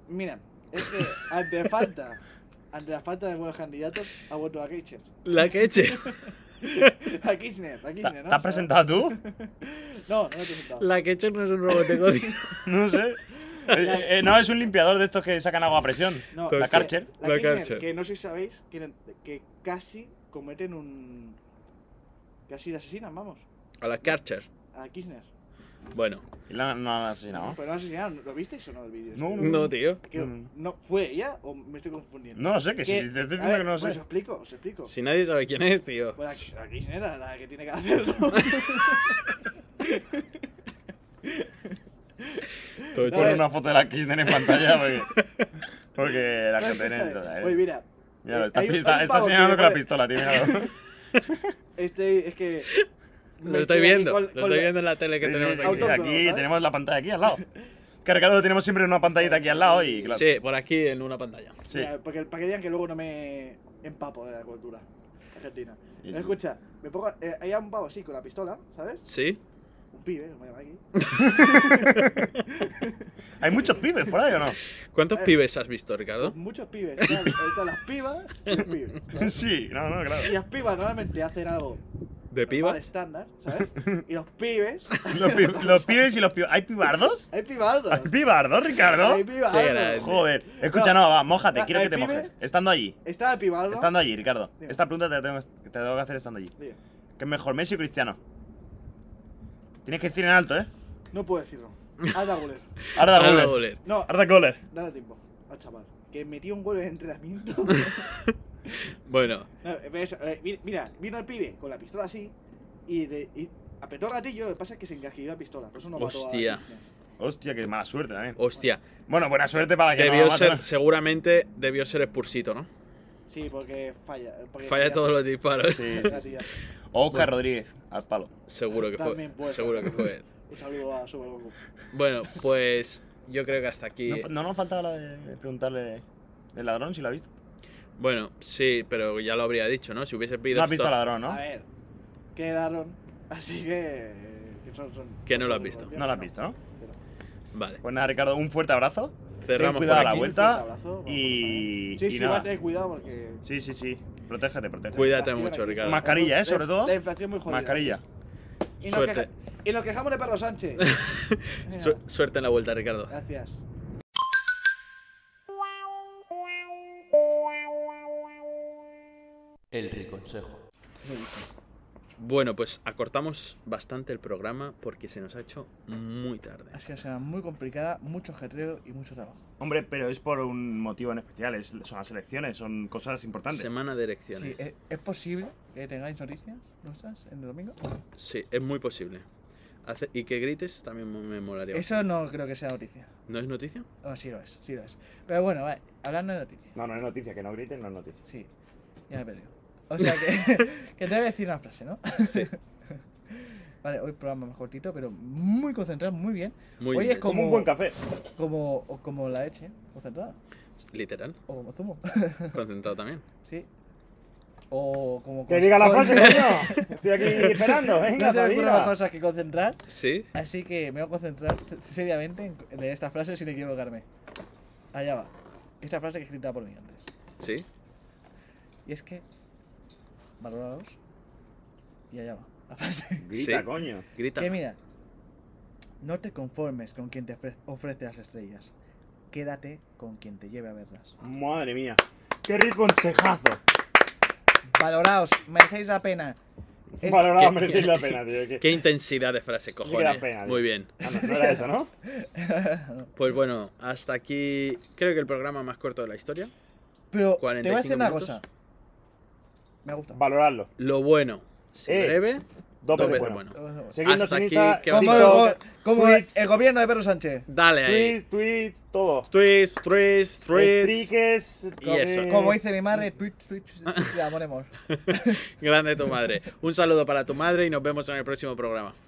[SPEAKER 2] Mira, es que ante falta, ante la falta de buenos candidatos, ha vuelto a Kirchner.
[SPEAKER 1] La que eche.
[SPEAKER 2] A Kirchner, a
[SPEAKER 3] ¿Te
[SPEAKER 2] Kirchner, ¿no?
[SPEAKER 3] te has presentado tú?
[SPEAKER 2] No, no me he presentado.
[SPEAKER 1] La que eche no es un robot de código.
[SPEAKER 3] No sé. Eh, eh, no, es un limpiador de estos que sacan agua a presión.
[SPEAKER 2] No,
[SPEAKER 1] La
[SPEAKER 2] es que-
[SPEAKER 3] Karcher.
[SPEAKER 2] La,
[SPEAKER 1] La
[SPEAKER 2] Kirchner,
[SPEAKER 1] Karcher.
[SPEAKER 2] Que no sé si sabéis que, que casi cometen un. casi de asesinan, vamos.
[SPEAKER 1] A la Karcher.
[SPEAKER 2] A Kirchner.
[SPEAKER 1] Bueno,
[SPEAKER 3] Y la- no la han asesinado.
[SPEAKER 2] Pero no asesinaron, ¿lo visteis o no el vídeo?
[SPEAKER 3] No,
[SPEAKER 2] Este?
[SPEAKER 1] no, tío.
[SPEAKER 2] Que-
[SPEAKER 3] Mm.
[SPEAKER 2] no, ¿Fue ella o me estoy confundiendo?
[SPEAKER 3] No lo sé, que si te estoy
[SPEAKER 2] a
[SPEAKER 3] diciendo
[SPEAKER 2] ver,
[SPEAKER 3] que no lo
[SPEAKER 2] pues Os
[SPEAKER 3] sé.
[SPEAKER 2] explico, os explico.
[SPEAKER 1] Si nadie sabe quién es, tío.
[SPEAKER 2] Pues la, la Kirchner era la que tiene que hacerlo.
[SPEAKER 1] Todo
[SPEAKER 2] a
[SPEAKER 3] Pon
[SPEAKER 2] ver.
[SPEAKER 3] una foto de la Kirchner en pantalla porque, porque la
[SPEAKER 2] No,
[SPEAKER 3] gente
[SPEAKER 2] escúchame.
[SPEAKER 3] necesita.
[SPEAKER 2] Oye,
[SPEAKER 3] ¿eh?
[SPEAKER 2] mira,
[SPEAKER 3] Míralo, está,
[SPEAKER 2] hay un-
[SPEAKER 3] está-
[SPEAKER 2] hay un
[SPEAKER 3] está
[SPEAKER 2] pavo que
[SPEAKER 3] señalando con la
[SPEAKER 2] pone-
[SPEAKER 3] pistola, tío. Míralo.
[SPEAKER 2] este es que.
[SPEAKER 1] Lo estoy viendo. Lo estoy viendo en la tele que
[SPEAKER 3] Sí, sí,
[SPEAKER 1] tenemos
[SPEAKER 3] sí,
[SPEAKER 1] aquí.
[SPEAKER 2] Autóctono,
[SPEAKER 3] aquí
[SPEAKER 2] ¿sabes?
[SPEAKER 3] tenemos la pantalla aquí al lado. Que Ricardo tenemos siempre una pantallita aquí al lado y claro.
[SPEAKER 1] Sí, por aquí en una pantalla.
[SPEAKER 3] sí.
[SPEAKER 2] porque para que digan que luego no me empapo de la cultura argentina.
[SPEAKER 3] Y-
[SPEAKER 2] Escucha, me pongo. Eh, hay un pavo así con la pistola, ¿sabes?
[SPEAKER 1] Sí.
[SPEAKER 2] Un pibe, como llama aquí.
[SPEAKER 3] Hay muchos pibes por ahí o no?
[SPEAKER 1] ¿Cuántos
[SPEAKER 2] Eh.
[SPEAKER 1] pibes has visto,
[SPEAKER 2] Con
[SPEAKER 1] Ricardo?
[SPEAKER 2] Muchos pibes. Están, están las pibas y los pibes. ¿sabes?
[SPEAKER 3] Sí, no, no, claro.
[SPEAKER 2] Y las pibas normalmente hacen algo
[SPEAKER 1] ¿De
[SPEAKER 2] normal,
[SPEAKER 1] pibas?
[SPEAKER 2] estándar, ¿sabes? Y los pibes.
[SPEAKER 3] Los, pi- los pibes y los pibes. ¿Hay pibardos?
[SPEAKER 2] Hay pibardos.
[SPEAKER 3] ¿Hay pibardos, Ricardo?
[SPEAKER 2] Hay
[SPEAKER 1] Qué grande.
[SPEAKER 2] pibardos.
[SPEAKER 3] Joder. Escucha, no, va, mójate,
[SPEAKER 2] Ah,
[SPEAKER 3] quiero que
[SPEAKER 2] ¿hay
[SPEAKER 3] te
[SPEAKER 2] pibes?
[SPEAKER 3] mojes. Estando allí.
[SPEAKER 2] Está el pibardo.
[SPEAKER 3] Estando allí, Ricardo.
[SPEAKER 2] Dime.
[SPEAKER 3] Esta pregunta te la tengo, te la tengo que hacer estando allí.
[SPEAKER 2] Bien,
[SPEAKER 3] ¿Qué es mejor, Messi o Cristiano? Tienes que decir en alto, ¿eh?
[SPEAKER 2] No puedo decirlo. Anda, Guler.
[SPEAKER 3] Arda
[SPEAKER 1] Ahora
[SPEAKER 3] Goller.
[SPEAKER 1] goler.
[SPEAKER 2] No,
[SPEAKER 3] Arda Goller.
[SPEAKER 2] dale tiempo al chaval. Que metió un gol en entrenamiento.
[SPEAKER 1] Bueno,
[SPEAKER 2] No, eh, pero eso, eh, mi- mira, vino el pibe con la pistola así y, de, y apretó el gatillo. Lo que pasa es que se encajilló la pistola. Por eso no mató a
[SPEAKER 1] Hostia.
[SPEAKER 2] Kirchner.
[SPEAKER 3] Hostia, qué mala suerte también.
[SPEAKER 1] hostia.
[SPEAKER 3] Bueno, buena suerte para Ah, que no
[SPEAKER 1] Debió
[SPEAKER 3] la
[SPEAKER 1] ser,
[SPEAKER 3] maten.
[SPEAKER 1] seguramente debió ser expulsito, ¿no?
[SPEAKER 2] Sí, porque falla. eh, Porque
[SPEAKER 1] Falla todos los disparos.
[SPEAKER 3] Sí, sí,
[SPEAKER 2] los
[SPEAKER 3] sí. Oscar Rodríguez, al palo.
[SPEAKER 1] Seguro que
[SPEAKER 2] También puede
[SPEAKER 1] fue.
[SPEAKER 2] ser.
[SPEAKER 1] Seguro que fue. él.
[SPEAKER 2] Un saludo a Super Goku.
[SPEAKER 1] Bueno, pues yo creo que hasta aquí.
[SPEAKER 3] No, fa- no nos faltaba la de preguntarle del ladrón si lo ha visto.
[SPEAKER 1] Bueno, sí, pero ya lo habría dicho, ¿no? Si hubiese pedido
[SPEAKER 3] No has visto
[SPEAKER 1] esto-
[SPEAKER 3] al ladrón, ¿no?
[SPEAKER 2] A ver, quedaron. Así que. que son- son-
[SPEAKER 1] Que no lo has visto.
[SPEAKER 3] No lo has visto, ¿no?
[SPEAKER 2] Pero-
[SPEAKER 1] Vale,
[SPEAKER 3] Pues nada, Ricardo, un fuerte abrazo.
[SPEAKER 1] cerramos
[SPEAKER 3] cuidado
[SPEAKER 1] por
[SPEAKER 3] a la
[SPEAKER 1] aquí.
[SPEAKER 3] vuelta.
[SPEAKER 2] Un fuerte abrazo, vamos,
[SPEAKER 3] y-
[SPEAKER 2] también. Sí,
[SPEAKER 3] y
[SPEAKER 2] sí,
[SPEAKER 3] nada.
[SPEAKER 2] va a tener cuidado porque.
[SPEAKER 3] Sí, sí, sí. Protégete, protégete.
[SPEAKER 1] Cuida- Cuídate
[SPEAKER 2] la inflación
[SPEAKER 1] mucho,
[SPEAKER 2] aquí-
[SPEAKER 1] Ricardo.
[SPEAKER 3] Mascarilla, ¿eh? Sobre todo.
[SPEAKER 2] La inflación muy jodida.
[SPEAKER 3] Mascarilla.
[SPEAKER 2] Y nos,
[SPEAKER 1] Suerte.
[SPEAKER 2] queja- y nos quejamos de Perro Sánchez. Venga,
[SPEAKER 1] Su- suerte en la vuelta, Ricardo.
[SPEAKER 2] Gracias.
[SPEAKER 4] El Riconsejo.
[SPEAKER 1] Bueno, pues acortamos bastante el programa porque se nos ha hecho muy tarde.
[SPEAKER 2] Ha sido una semana muy complicada, mucho ajetreo y mucho trabajo.
[SPEAKER 3] Hombre, pero es por un motivo en especial. es- son las elecciones, son cosas importantes.
[SPEAKER 1] Semana de
[SPEAKER 2] Sí, eh.
[SPEAKER 1] elecciones.
[SPEAKER 2] ¿es, es posible que tengáis noticias nuestras en el domingo?
[SPEAKER 1] Sí, es muy posible. Hace- y que grites también me- me molaría.
[SPEAKER 4] Eso no creo que sea noticia.
[SPEAKER 1] ¿No es noticia?
[SPEAKER 4] O sí lo es, sí lo es. Pero bueno, vale, hablando de noticias.
[SPEAKER 3] No, no es noticia, que no griten, no es noticia.
[SPEAKER 4] Sí, ya me he perdido. O sea que, que te voy a decir una frase, ¿no?
[SPEAKER 1] Sí.
[SPEAKER 4] Vale, hoy programa más cortito, pero muy concentrado, muy bien.
[SPEAKER 1] Muy
[SPEAKER 4] Hoy es
[SPEAKER 1] bien.
[SPEAKER 3] Como un
[SPEAKER 4] Como-
[SPEAKER 3] buen café.
[SPEAKER 4] Como, o como la leche, concentrada.
[SPEAKER 1] Literal.
[SPEAKER 4] O como zumo,
[SPEAKER 1] Concentrado también.
[SPEAKER 4] sí. O como.
[SPEAKER 3] Que diga la
[SPEAKER 4] o-
[SPEAKER 3] frase, coño. Estoy aquí esperando. Venga,
[SPEAKER 4] No se me ocurren más
[SPEAKER 3] Sabina.
[SPEAKER 4] cosas que concentrar,
[SPEAKER 1] Sí.
[SPEAKER 4] así que me voy a concentrar se- seriamente en leer esta frase sin equivocarme. Allá va. Esta frase que he escrita por mí antes.
[SPEAKER 1] Sí.
[SPEAKER 4] Y es que. Valoraros. Y allá va. La frase.
[SPEAKER 3] Grita,
[SPEAKER 1] Sí.
[SPEAKER 3] coño.
[SPEAKER 1] Grita.
[SPEAKER 4] Que mira, no te conformes con quien te ofre- ofrece las estrellas. Quédate con quien te lleve a verlas.
[SPEAKER 3] Madre mía. Qué rico consejazo.
[SPEAKER 4] Valoraos, merecéis la pena. Es-
[SPEAKER 3] Valorado
[SPEAKER 1] ¿Qué-
[SPEAKER 3] merecer la pena, tío. que-
[SPEAKER 1] Qué intensidad de frase,
[SPEAKER 3] da
[SPEAKER 1] cojones.
[SPEAKER 3] pena, tío.
[SPEAKER 1] Muy bien.
[SPEAKER 3] Ah, no, no era eso, ¿no?
[SPEAKER 1] Pues bueno, hasta aquí creo que el programa más corto de la historia.
[SPEAKER 4] Pero te voy a
[SPEAKER 1] 45
[SPEAKER 4] decir una
[SPEAKER 1] minutos.
[SPEAKER 4] cosa. Me gusta.
[SPEAKER 3] Valorarlo.
[SPEAKER 1] Lo bueno, si
[SPEAKER 3] Eh,
[SPEAKER 1] breve,
[SPEAKER 3] Dos veces bueno.
[SPEAKER 1] bueno.
[SPEAKER 3] Seguidnos
[SPEAKER 1] Hasta
[SPEAKER 3] en
[SPEAKER 1] aquí,
[SPEAKER 3] Insta,
[SPEAKER 1] que
[SPEAKER 4] Como, el,
[SPEAKER 1] Digo,
[SPEAKER 4] go- como el-
[SPEAKER 3] tweets.
[SPEAKER 4] el gobierno de Pedro Sánchez.
[SPEAKER 1] Dale ahí.
[SPEAKER 3] tweets, tweets, todo.
[SPEAKER 1] Tweets, tweets, tweets.
[SPEAKER 3] Streakers,
[SPEAKER 1] Y eso.
[SPEAKER 3] comi-
[SPEAKER 4] Como dice mi madre, Twitch, Twitch, Twitch, amor, amor.
[SPEAKER 1] Grande tu madre. Un saludo para tu madre y nos vemos en el próximo programa.